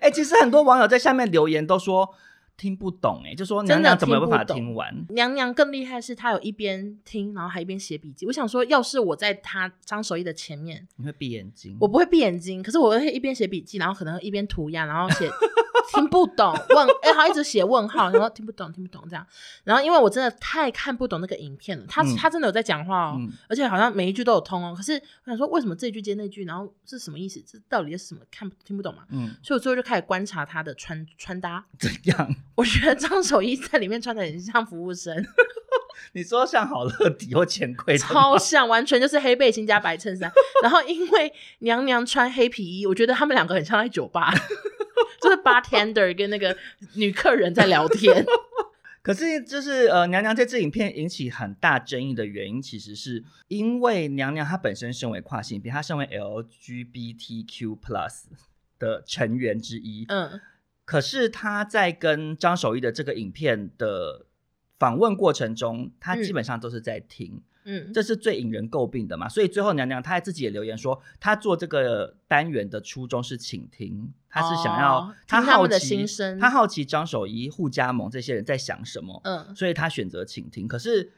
Speaker 2: 哎、其实很多网友在下面留言都说听不懂、哎，就说娘
Speaker 1: 真的
Speaker 2: 娘怎么有办法
Speaker 1: 听不懂
Speaker 2: 听完？
Speaker 1: 娘娘更厉害是，她有一边听，然后还一边写笔记。我想说，要是我在她张守艺的前面，
Speaker 2: 你会闭眼睛？
Speaker 1: 我不会闭眼睛，可是我会一边写笔记，然后可能一边涂鸦，然后写听不懂问，哎、好一直写问号，然后听不懂听不懂这样。然后因为我真的太看不懂那个影片了，他、
Speaker 2: 嗯
Speaker 1: 他真的有在讲话哦。
Speaker 2: 嗯，
Speaker 1: 而且好像每一句都有通哦，可是我想说，为什么这句接那句，然后是什么意思？这到底是什么？看不听不懂嘛？
Speaker 2: 嗯，
Speaker 1: 所以我最后就开始观察他的穿穿搭，
Speaker 2: 怎样？
Speaker 1: 我觉得张守一在里面穿的很像服务生，
Speaker 2: 你说像好乐迪或钱柜的吗
Speaker 1: 超像，完全就是黑背心加白衬衫。然后因为娘娘穿黑皮衣，我觉得他们两个很像在酒吧， 就是 bartender 跟那个女客人在聊天。
Speaker 2: 可是，就是呃，娘娘这支影片引起很大争议的原因，其实是因为娘娘她本身身为跨性别，她身为 LGBTQ plus 的成员之一，
Speaker 1: 嗯，
Speaker 2: 可是她在跟张守一的这个影片的访问过程中，她基本上都是在听，
Speaker 1: 嗯，
Speaker 2: 这是最引人诟病的嘛。所以最后娘娘她自己也留言说，她做这个单元的初衷是倾听，她是想要、
Speaker 1: 哦
Speaker 2: 她
Speaker 1: 听他
Speaker 2: 好
Speaker 1: 们
Speaker 2: 奇
Speaker 1: 的心声
Speaker 2: 她好奇张守一、互加盟这些人在想什么。
Speaker 1: 嗯，
Speaker 2: 所以他选择倾听。可是，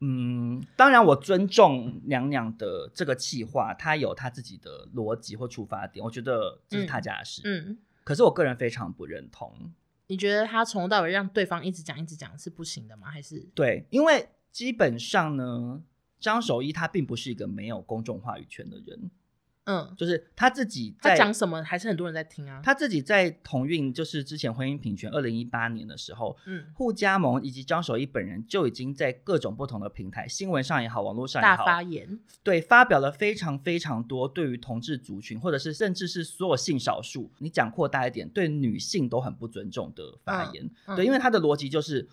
Speaker 2: 嗯，当然我尊重娘娘的这个计划，她有她自己的逻辑或出发点，我觉得这是她家的事。
Speaker 1: 嗯，
Speaker 2: 可是我个人非常不认同，
Speaker 1: 你觉得他从头到尾让对方一直讲一直讲是不行的吗？还是
Speaker 2: 对，因为基本上呢，张守一他并不是一个没有公众话语权的人，
Speaker 1: 嗯，
Speaker 2: 就是他自己
Speaker 1: 他
Speaker 2: 在
Speaker 1: 讲什么还是很多人在听啊？
Speaker 2: 他自己在同运，就是之前婚姻平权二零一八年的时候，
Speaker 1: 嗯，
Speaker 2: 互加盟以及张守一本人就已经在各种不同的平台，新闻上也好，网络上也
Speaker 1: 大
Speaker 2: 好，
Speaker 1: 发言，
Speaker 2: 对，发表了非常非常多对于同志族群，或者是甚至是所有性少数，你讲扩大一点，对女性都很不尊重的发言。
Speaker 1: 嗯
Speaker 2: 对，因为他的逻辑就是，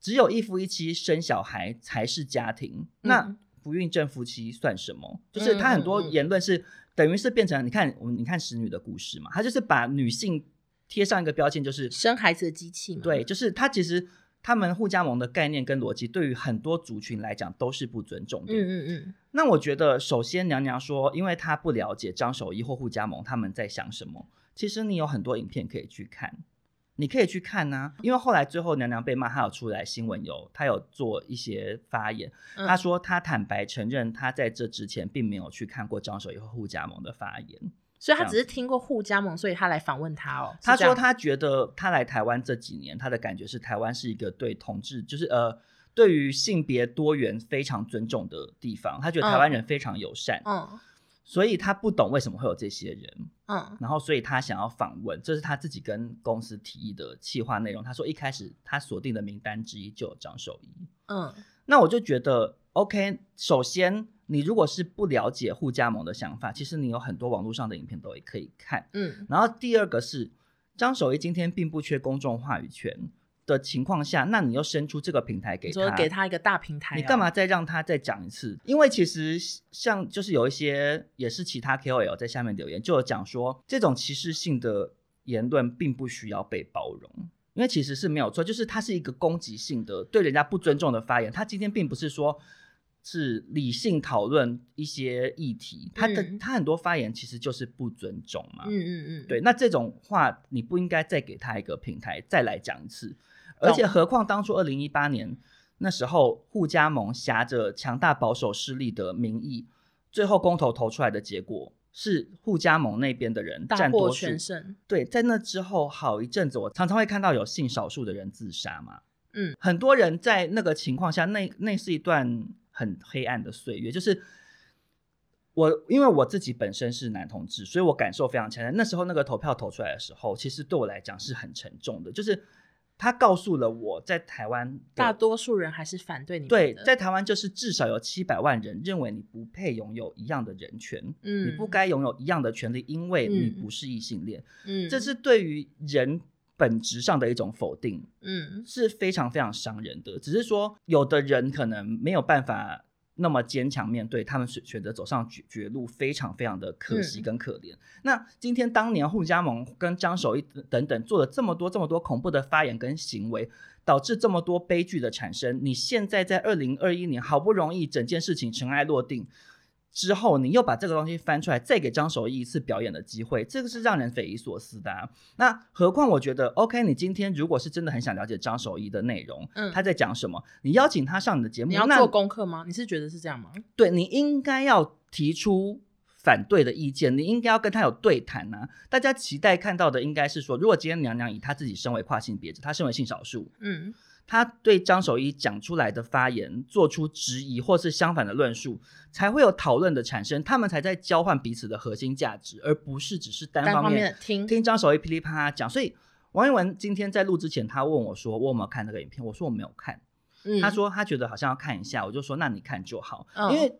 Speaker 2: 只有一夫一妻生小孩才是家庭，那
Speaker 1: 嗯
Speaker 2: 不孕症夫妻算什么？就是他很多
Speaker 1: 嗯嗯嗯
Speaker 2: 言论是等于是变成，你看我们你看使女的故事嘛，他就是把女性贴上一个标签，就是
Speaker 1: 生孩子的机器嘛，
Speaker 2: 对，，就是他其实他们互加盟的概念跟逻辑，对于很多族群来讲都是不尊重的。
Speaker 1: 嗯嗯嗯，
Speaker 2: 那我觉得，首先娘娘说，因为她不了解张守一或互加盟他们在想什么。其实你有很多影片可以去看，你可以去看呐、因为后来最后娘娘被骂，她有出来新闻有，她有做一些发言。
Speaker 1: 嗯
Speaker 2: 她说她坦白承认，她在这之前并没有去看过张守一或互加盟的发言。
Speaker 1: 所以他
Speaker 2: 这样
Speaker 1: 只是听过互加盟，所以他来访问他哦。是
Speaker 2: 她
Speaker 1: 这样
Speaker 2: 说她觉得她来台湾这几年，她的感觉是台湾是一个对同志，就是呃。对于性别多元非常尊重的地方，她觉得台湾人非常友善，
Speaker 1: 嗯
Speaker 2: 所以他不懂为什么会有这些人，
Speaker 1: 嗯
Speaker 2: 然后所以他想要访问，这是他自己跟公司提议的企划内容。他说一开始他锁定的名单之一就有张守一，
Speaker 1: 嗯
Speaker 2: 那我就觉得 OK。首先，你如果是不了解互加盟的想法，其实你有很多网络上的影片都也可以看。
Speaker 1: 嗯
Speaker 2: 然后第二个是张守一今天并不缺公众话语权的情况下，那你又伸出这个平台给
Speaker 1: 你
Speaker 2: 他，
Speaker 1: 说给他一个大平台、哦
Speaker 2: 你干嘛？再让他再讲一次？因为其实像就是有一些也是其他 KOL 在下面留言，就有讲说这种歧视性的言论并不需要被包容，因为其实是没有错，就是它是一个攻击性的对人家不尊重的发言。他今天并不是说是理性讨论一些议题，他的、
Speaker 1: 嗯
Speaker 2: 他很多发言其实就是不尊重嘛。
Speaker 1: 嗯嗯嗯，
Speaker 2: 对，那这种话你不应该再给他一个平台再来讲一次，而且何况当初二零一八年那时候，互加盟挟着强大保守势力的名义，最后公投投出来的结果是互加盟那边的人
Speaker 1: 大
Speaker 2: 占
Speaker 1: 获
Speaker 2: 多数。
Speaker 1: 全胜。
Speaker 2: 对，在那之后好一阵子，我常常会看到有性少数的人自杀嘛。
Speaker 1: 嗯，
Speaker 2: 很多人在那个情况下，那那是一段很黑暗的岁月。就是我，因为我自己本身是男同志，所以我感受非常强烈。那时候那个投票投出来的时候，其实对我来讲是很沉重的，就是他告诉了我在台湾的
Speaker 1: 大多数人还是反对你们
Speaker 2: 对，
Speaker 1: 的
Speaker 2: 在台湾就是至少有七百万人认为你不配拥有一样的人权，
Speaker 1: 嗯
Speaker 2: 你不该拥有一样的权利，因为你
Speaker 1: 嗯
Speaker 2: 不是异性恋。
Speaker 1: 嗯，
Speaker 2: 这是对于人本质上的一种否定，
Speaker 1: 嗯
Speaker 2: 是非常非常伤人的。只是说，有的人可能没有办法那么坚强面对，他们选选择走上绝绝路，非常非常的可惜
Speaker 1: 嗯
Speaker 2: 跟可怜。那今天当年互加盟跟张守一等等做了这么多这么多恐怖的发言跟行为，导致这么多悲剧的产生。你现在在二零二一年好不容易整件事情尘埃落定。之后，你又把这个东西翻出来，再给张守一一次表演的机会，这个是让人匪夷所思的、啊。那何况，我觉得，OK，你今天如果是真的很想了解张守一的内容，
Speaker 1: 嗯
Speaker 2: 他在讲什么，你邀请他上你的节目，
Speaker 1: 你要
Speaker 2: 那
Speaker 1: 做功课吗？你是觉得是这样吗？
Speaker 2: 对你应该要提出反对的意见，你应该要跟他有对谈啊。大家期待看到的应该是说，如果今天娘娘以她自己身为跨性别者，她身为性少数，
Speaker 1: 嗯
Speaker 2: 她对张守一讲出来的发言做出质疑或是相反的论述，才会有讨论的产生，他们才在交换彼此的核心价值，而不是只是单
Speaker 1: 单
Speaker 2: 方
Speaker 1: 方
Speaker 2: 面
Speaker 1: 面的听
Speaker 2: 听张守一噼里啪啦讲。所以王一文今天在录之前，他问我说我有没有看那个影片，我说我没有看。
Speaker 1: 嗯
Speaker 2: 他说他觉得好像要看一下，我就说那你看就好，
Speaker 1: 嗯
Speaker 2: 因为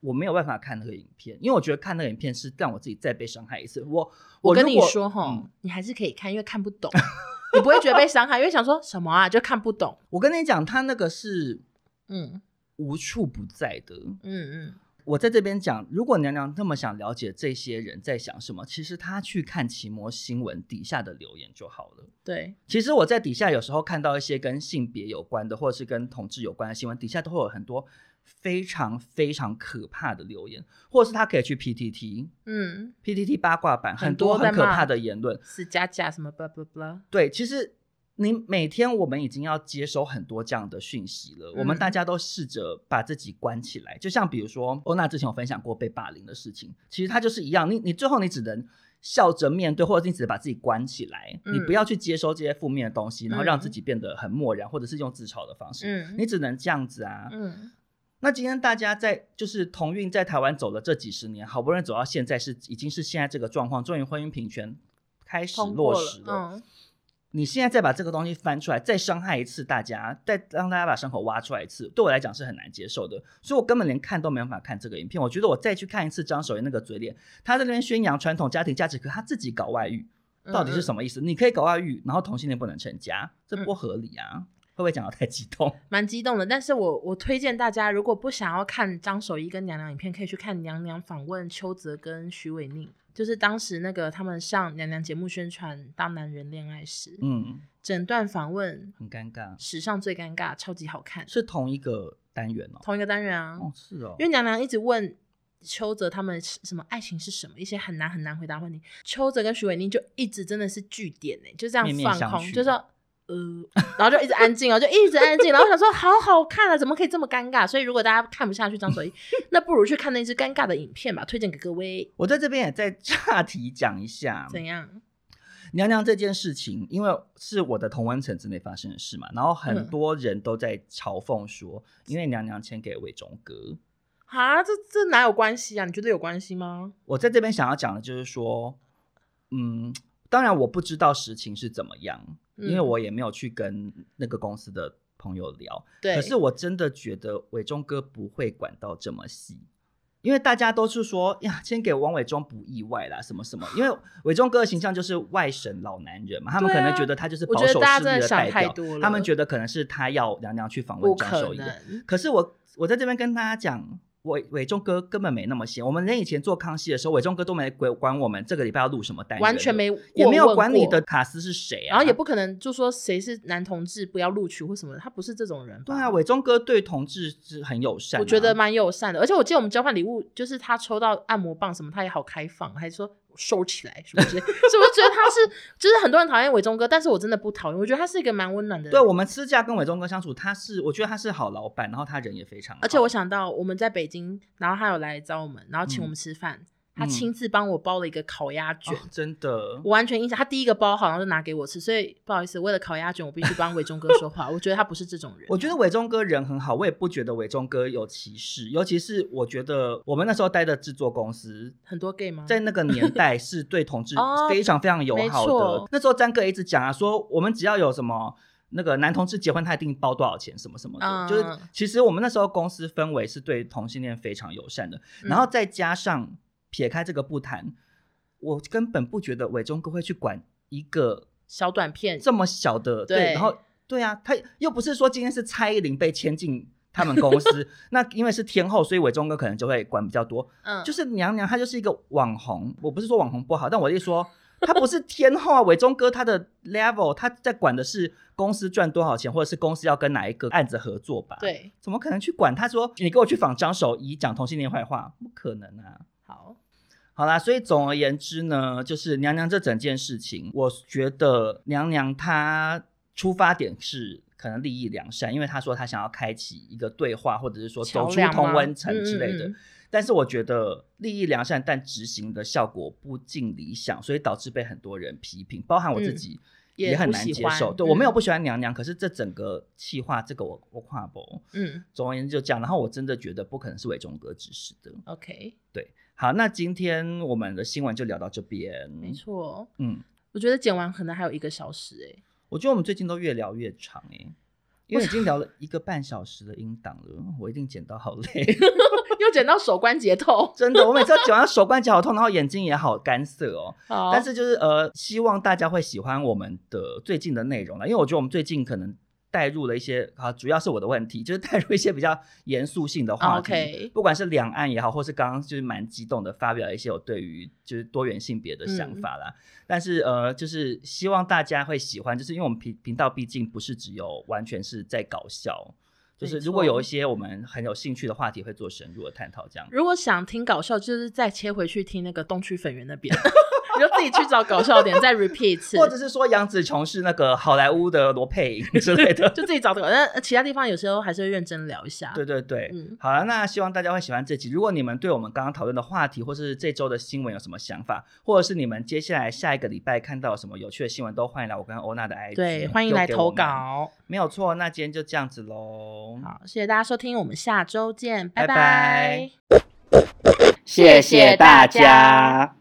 Speaker 2: 我没有办法看那个影片，因为我觉得看那个影片是让我自己再被伤害一次。我
Speaker 1: 我跟
Speaker 2: 如
Speaker 1: 你
Speaker 2: 果
Speaker 1: 说哈、
Speaker 2: 嗯
Speaker 1: 你还是可以看，因为看不懂， 你不会觉得被伤害，因为想说什么啊，就看不懂。
Speaker 2: 我跟你讲，他那个是
Speaker 1: 嗯
Speaker 2: 无处不在的。
Speaker 1: 嗯嗯，
Speaker 2: 我在这边讲，如果娘娘那么想了解这些人在想什么，其实她去看奇摩新闻底下的留言就好了。
Speaker 1: 对，
Speaker 2: 其实我在底下有时候看到一些跟性别有关的，或者是跟同志有关的新闻，底下都会有很多非常非常可怕的留言，或者是他可以去 PTT、
Speaker 1: 嗯，
Speaker 2: PTT 八卦版，
Speaker 1: 很
Speaker 2: 很
Speaker 1: 多
Speaker 2: 多很
Speaker 1: 在
Speaker 2: 可
Speaker 1: 骂
Speaker 2: 怕的言论。
Speaker 1: 是加加什么 blah blah blah，
Speaker 2: 对，其实你每天我们已经要接收很多这样的讯息了，我们
Speaker 1: 嗯
Speaker 2: 大家都试着把自己关起来。就像比如说欧娜之前有分享过被霸凌的事情，其实它就是一样，你你最后你只能。笑着面对，或者你只能把自己关起来，
Speaker 1: 嗯
Speaker 2: 你不要去接收这些负面的东西，然后
Speaker 1: 嗯
Speaker 2: 让自己变得很漠然，或者是用自嘲的方式，
Speaker 1: 嗯
Speaker 2: 你只能这样子啊。
Speaker 1: 嗯
Speaker 2: 那今天大家在就是同运在台湾走了这几十年，好不容易走到现在是已经是现在这个状况，终于婚姻平权开始
Speaker 1: 通
Speaker 2: 落
Speaker 1: 过
Speaker 2: 实
Speaker 1: 了，嗯，
Speaker 2: 你现在再把这个东西翻出来，再伤害一次大家，再让大家把伤口挖出来一次，对我来讲是很难接受的。所以我根本连看都没办法看这个影片。我觉得我再去看一次张守仁那个嘴脸，他在那边宣扬传统家庭价值，可他自己搞外遇，到底是什
Speaker 1: 么？
Speaker 2: 么意思？你可以搞外遇，然后同性恋不能成家，这
Speaker 1: 嗯
Speaker 2: 不合理啊！会不会讲的太激动？
Speaker 1: 蛮激动的，但是我我推荐大家，如果不想要看张守一跟娘娘影片，可以去看娘娘访问邱泽跟徐伟宁，就是当时那个他们上娘娘节目宣传《当男人恋爱时》
Speaker 2: 嗯，
Speaker 1: 整段访问
Speaker 2: 很尴尬，
Speaker 1: 史上最尴尬，超级好看，
Speaker 2: 是同一个单元哦。
Speaker 1: 同一个单元啊，
Speaker 2: 哦，是哦
Speaker 1: 因，为娘娘一直问邱泽他们是什么爱情是什么，一些很难很难回答问题。邱泽跟徐伟宁就一直真的是据点呢、就这样
Speaker 2: 面面
Speaker 1: 放
Speaker 2: 相
Speaker 1: 空，
Speaker 2: 觑
Speaker 1: 就说呃，然后就一直安静哦，就一直安静。然后我想说，好好看啊，怎么可以这么尴尬？所以如果大家看不下去张守一， 那不如去看那支尴尬的影片吧，推荐给各位。
Speaker 2: 我在这边也再 岔题讲一下，
Speaker 1: 怎样？
Speaker 2: 娘娘这件事情，因为是我的同温层之内发生的事嘛，然后
Speaker 1: 嗯
Speaker 2: 很多人都在嘲讽说，因为娘娘签给伟忠哥。
Speaker 1: 啊，这这哪有关系啊？你觉得有关系吗？
Speaker 2: 我在这边想要讲的就是说，嗯，当然我不知道实情是怎么样，
Speaker 1: 嗯
Speaker 2: 因为我也没有去跟那个公司的朋友聊。
Speaker 1: 对，
Speaker 2: 可是我真的觉得伟忠哥不会管到这么细。因为大家都是说呀，签给王伟忠不意外啦，什么什么。因为伟忠哥的形象就是外省老男人嘛，他们
Speaker 1: 对
Speaker 2: 可
Speaker 1: 啊
Speaker 2: 能觉得他就是
Speaker 1: 我
Speaker 2: 保
Speaker 1: 觉得
Speaker 2: 守
Speaker 1: 大家
Speaker 2: 势
Speaker 1: 真
Speaker 2: 力
Speaker 1: 的
Speaker 2: 的
Speaker 1: 想
Speaker 2: 代
Speaker 1: 太
Speaker 2: 表
Speaker 1: 多，
Speaker 2: 他们
Speaker 1: 了
Speaker 2: 觉得可能是他要娘娘去访
Speaker 1: 不
Speaker 2: 问张
Speaker 1: 可
Speaker 2: 守一的。
Speaker 1: 能。
Speaker 2: 可是我我在这边跟大家讲，伟伟忠哥根本没那么闲。我们连以前做康熙的时候，伟忠哥都没管管我们这个礼拜要录什么单元，
Speaker 1: 完全，没过
Speaker 2: 也没有
Speaker 1: 问
Speaker 2: 管你
Speaker 1: 过
Speaker 2: 的卡斯是谁啊，
Speaker 1: 然后也不可能就说谁是男同志不要录取或什么的，他不是这种人吧。
Speaker 2: 对啊。伟忠哥对同志是很友善、啊
Speaker 1: 我觉得？蛮友善的，而且我记得我们交换礼物，就是他抽到按摩棒什么，他也好开放，还说收起来什么之类， 所以我觉得他是，就是很多人讨厌伟忠哥，但是我真的不讨厌，我觉得他是一个蛮温暖的人。
Speaker 2: 对，我们私下跟伟忠哥相处，他是我觉得他是好老板，然后他人也非常好，
Speaker 1: 而且我想到我们在北京，然后他有来找我们，然后请我们吃饭，他
Speaker 2: 嗯
Speaker 1: 亲自帮我包了一个烤鸭卷。
Speaker 2: 哦真的
Speaker 1: 我。完全印象，他第一个包好像就拿给我吃，所以不好意思，为了烤鸭卷，我必须帮伟忠哥说话。我觉得他不是这种人，啊
Speaker 2: 我觉得伟忠哥人很好，我也不觉得伟忠哥有歧视，尤其是我觉得我们那时候待的制作公司，
Speaker 1: 很多 gay 吗？
Speaker 2: 在那个年代是对同志
Speaker 1: 哦
Speaker 2: 非常非常友好
Speaker 1: 没
Speaker 2: 的。
Speaker 1: 错
Speaker 2: 那时候詹哥一直讲啊，说我们只要有什么。那个男同志结婚，他一定包多少钱，什么什么的，
Speaker 1: 嗯
Speaker 2: 就是其实我们那时候公司氛围是对同性恋非常友善的，
Speaker 1: 嗯
Speaker 2: 然后再加上撇开这个不谈，我根本不觉得伟忠哥会去管一个
Speaker 1: 小短片，
Speaker 2: 这么小的对，
Speaker 1: 对
Speaker 2: 然后对啊，他又不是说今天是蔡依林被签进他们 公司，那因为是天后，所以伟忠哥可能就会管比较多，
Speaker 1: 嗯，
Speaker 2: 就是娘娘，她就是一个网红。我不是说网红不好，但我一说她不是天后啊。伟忠哥他的 level，他在管的是公司赚多少钱，或者是公司要跟哪一个案子合作吧？，
Speaker 1: 对，
Speaker 2: 怎么可能去管？他说你给我去访张守仪讲同性恋坏话，不可能啊！
Speaker 1: 好，
Speaker 2: 好啦，所以总而言之呢，就是娘娘这整件事情，我觉得娘娘她出发点是可能利益良善，因为她说她想要开启一个对话，或者是说走
Speaker 1: 桥
Speaker 2: 出
Speaker 1: 梁吗
Speaker 2: 同温层之类的。
Speaker 1: 嗯嗯嗯
Speaker 2: 但是我觉得利益良善，但执行的效果不尽理想，所以导致被很多人批评，包含我自己。
Speaker 1: 嗯也
Speaker 2: 也很
Speaker 1: 不
Speaker 2: 难
Speaker 1: 喜
Speaker 2: 接
Speaker 1: 欢
Speaker 2: 受，对我没有
Speaker 1: 嗯
Speaker 2: 不喜欢娘娘，可是这整个气话，这个我我跨不。
Speaker 1: 嗯
Speaker 2: 总而言之就这样，然后我真的觉得不可能是伟忠哥指使的。
Speaker 1: ，OK，
Speaker 2: 对，好，那今天我们的新闻就聊到这边。
Speaker 1: 没，错。
Speaker 2: 嗯，
Speaker 1: 我觉得剪完可能还有一个小时哎、
Speaker 2: 我觉得我们最近都越聊越长哎、因为已经聊了一个半小时的音档了，我一定剪到好累。
Speaker 1: 又剪到手关节痛。
Speaker 2: 真的，我每次要剪完手关节好痛，然后眼睛也好干涩哦。
Speaker 1: 好
Speaker 2: 但是就是呃，希望大家会喜欢我们的最近的内容了，因为我觉得我们最近可能带入了一些啊，主要是我的问题，就是带入一些比较严肃性的话题
Speaker 1: 哦 OK
Speaker 2: 不管是两岸也好，或是刚刚就是蛮激动的发表了一些我对于就是多元性别的想
Speaker 1: 嗯
Speaker 2: 法啦。但是呃，就是希望大家会喜欢，就是因为我们频频道毕竟不是只有完全是在搞笑。就是
Speaker 1: 没错
Speaker 2: 如果有一些我们很有兴趣的话题，会做深入的探讨，这样
Speaker 1: 如果想听搞笑，就是再切回去听那个东区粉圆那边， 你就自己去找搞笑点，再 repeat 一次，
Speaker 2: 或者是说杨紫琼是那个好莱坞的罗佩影之 类的。
Speaker 1: 就自己找这个。但其他地方有时候还是会认真聊一下。
Speaker 2: 对对对，
Speaker 1: 嗯
Speaker 2: 好了，那希望大家会喜欢这集。如果你们对我们刚刚讨论的话题，或是这周的新闻有什么想法，或者是你们接下来下一个礼拜看到有什么有趣的新闻，都欢迎来我跟欧娜的 IG，
Speaker 1: 对，欢迎来
Speaker 2: 丢给我
Speaker 1: 投
Speaker 2: 们。
Speaker 1: 稿。
Speaker 2: 没有错，那今天就这样子喽。
Speaker 1: 好，谢谢大家收听，我们下周见，
Speaker 2: 嗯拜
Speaker 1: 拜
Speaker 2: 拜
Speaker 1: 拜
Speaker 2: 谢谢大家。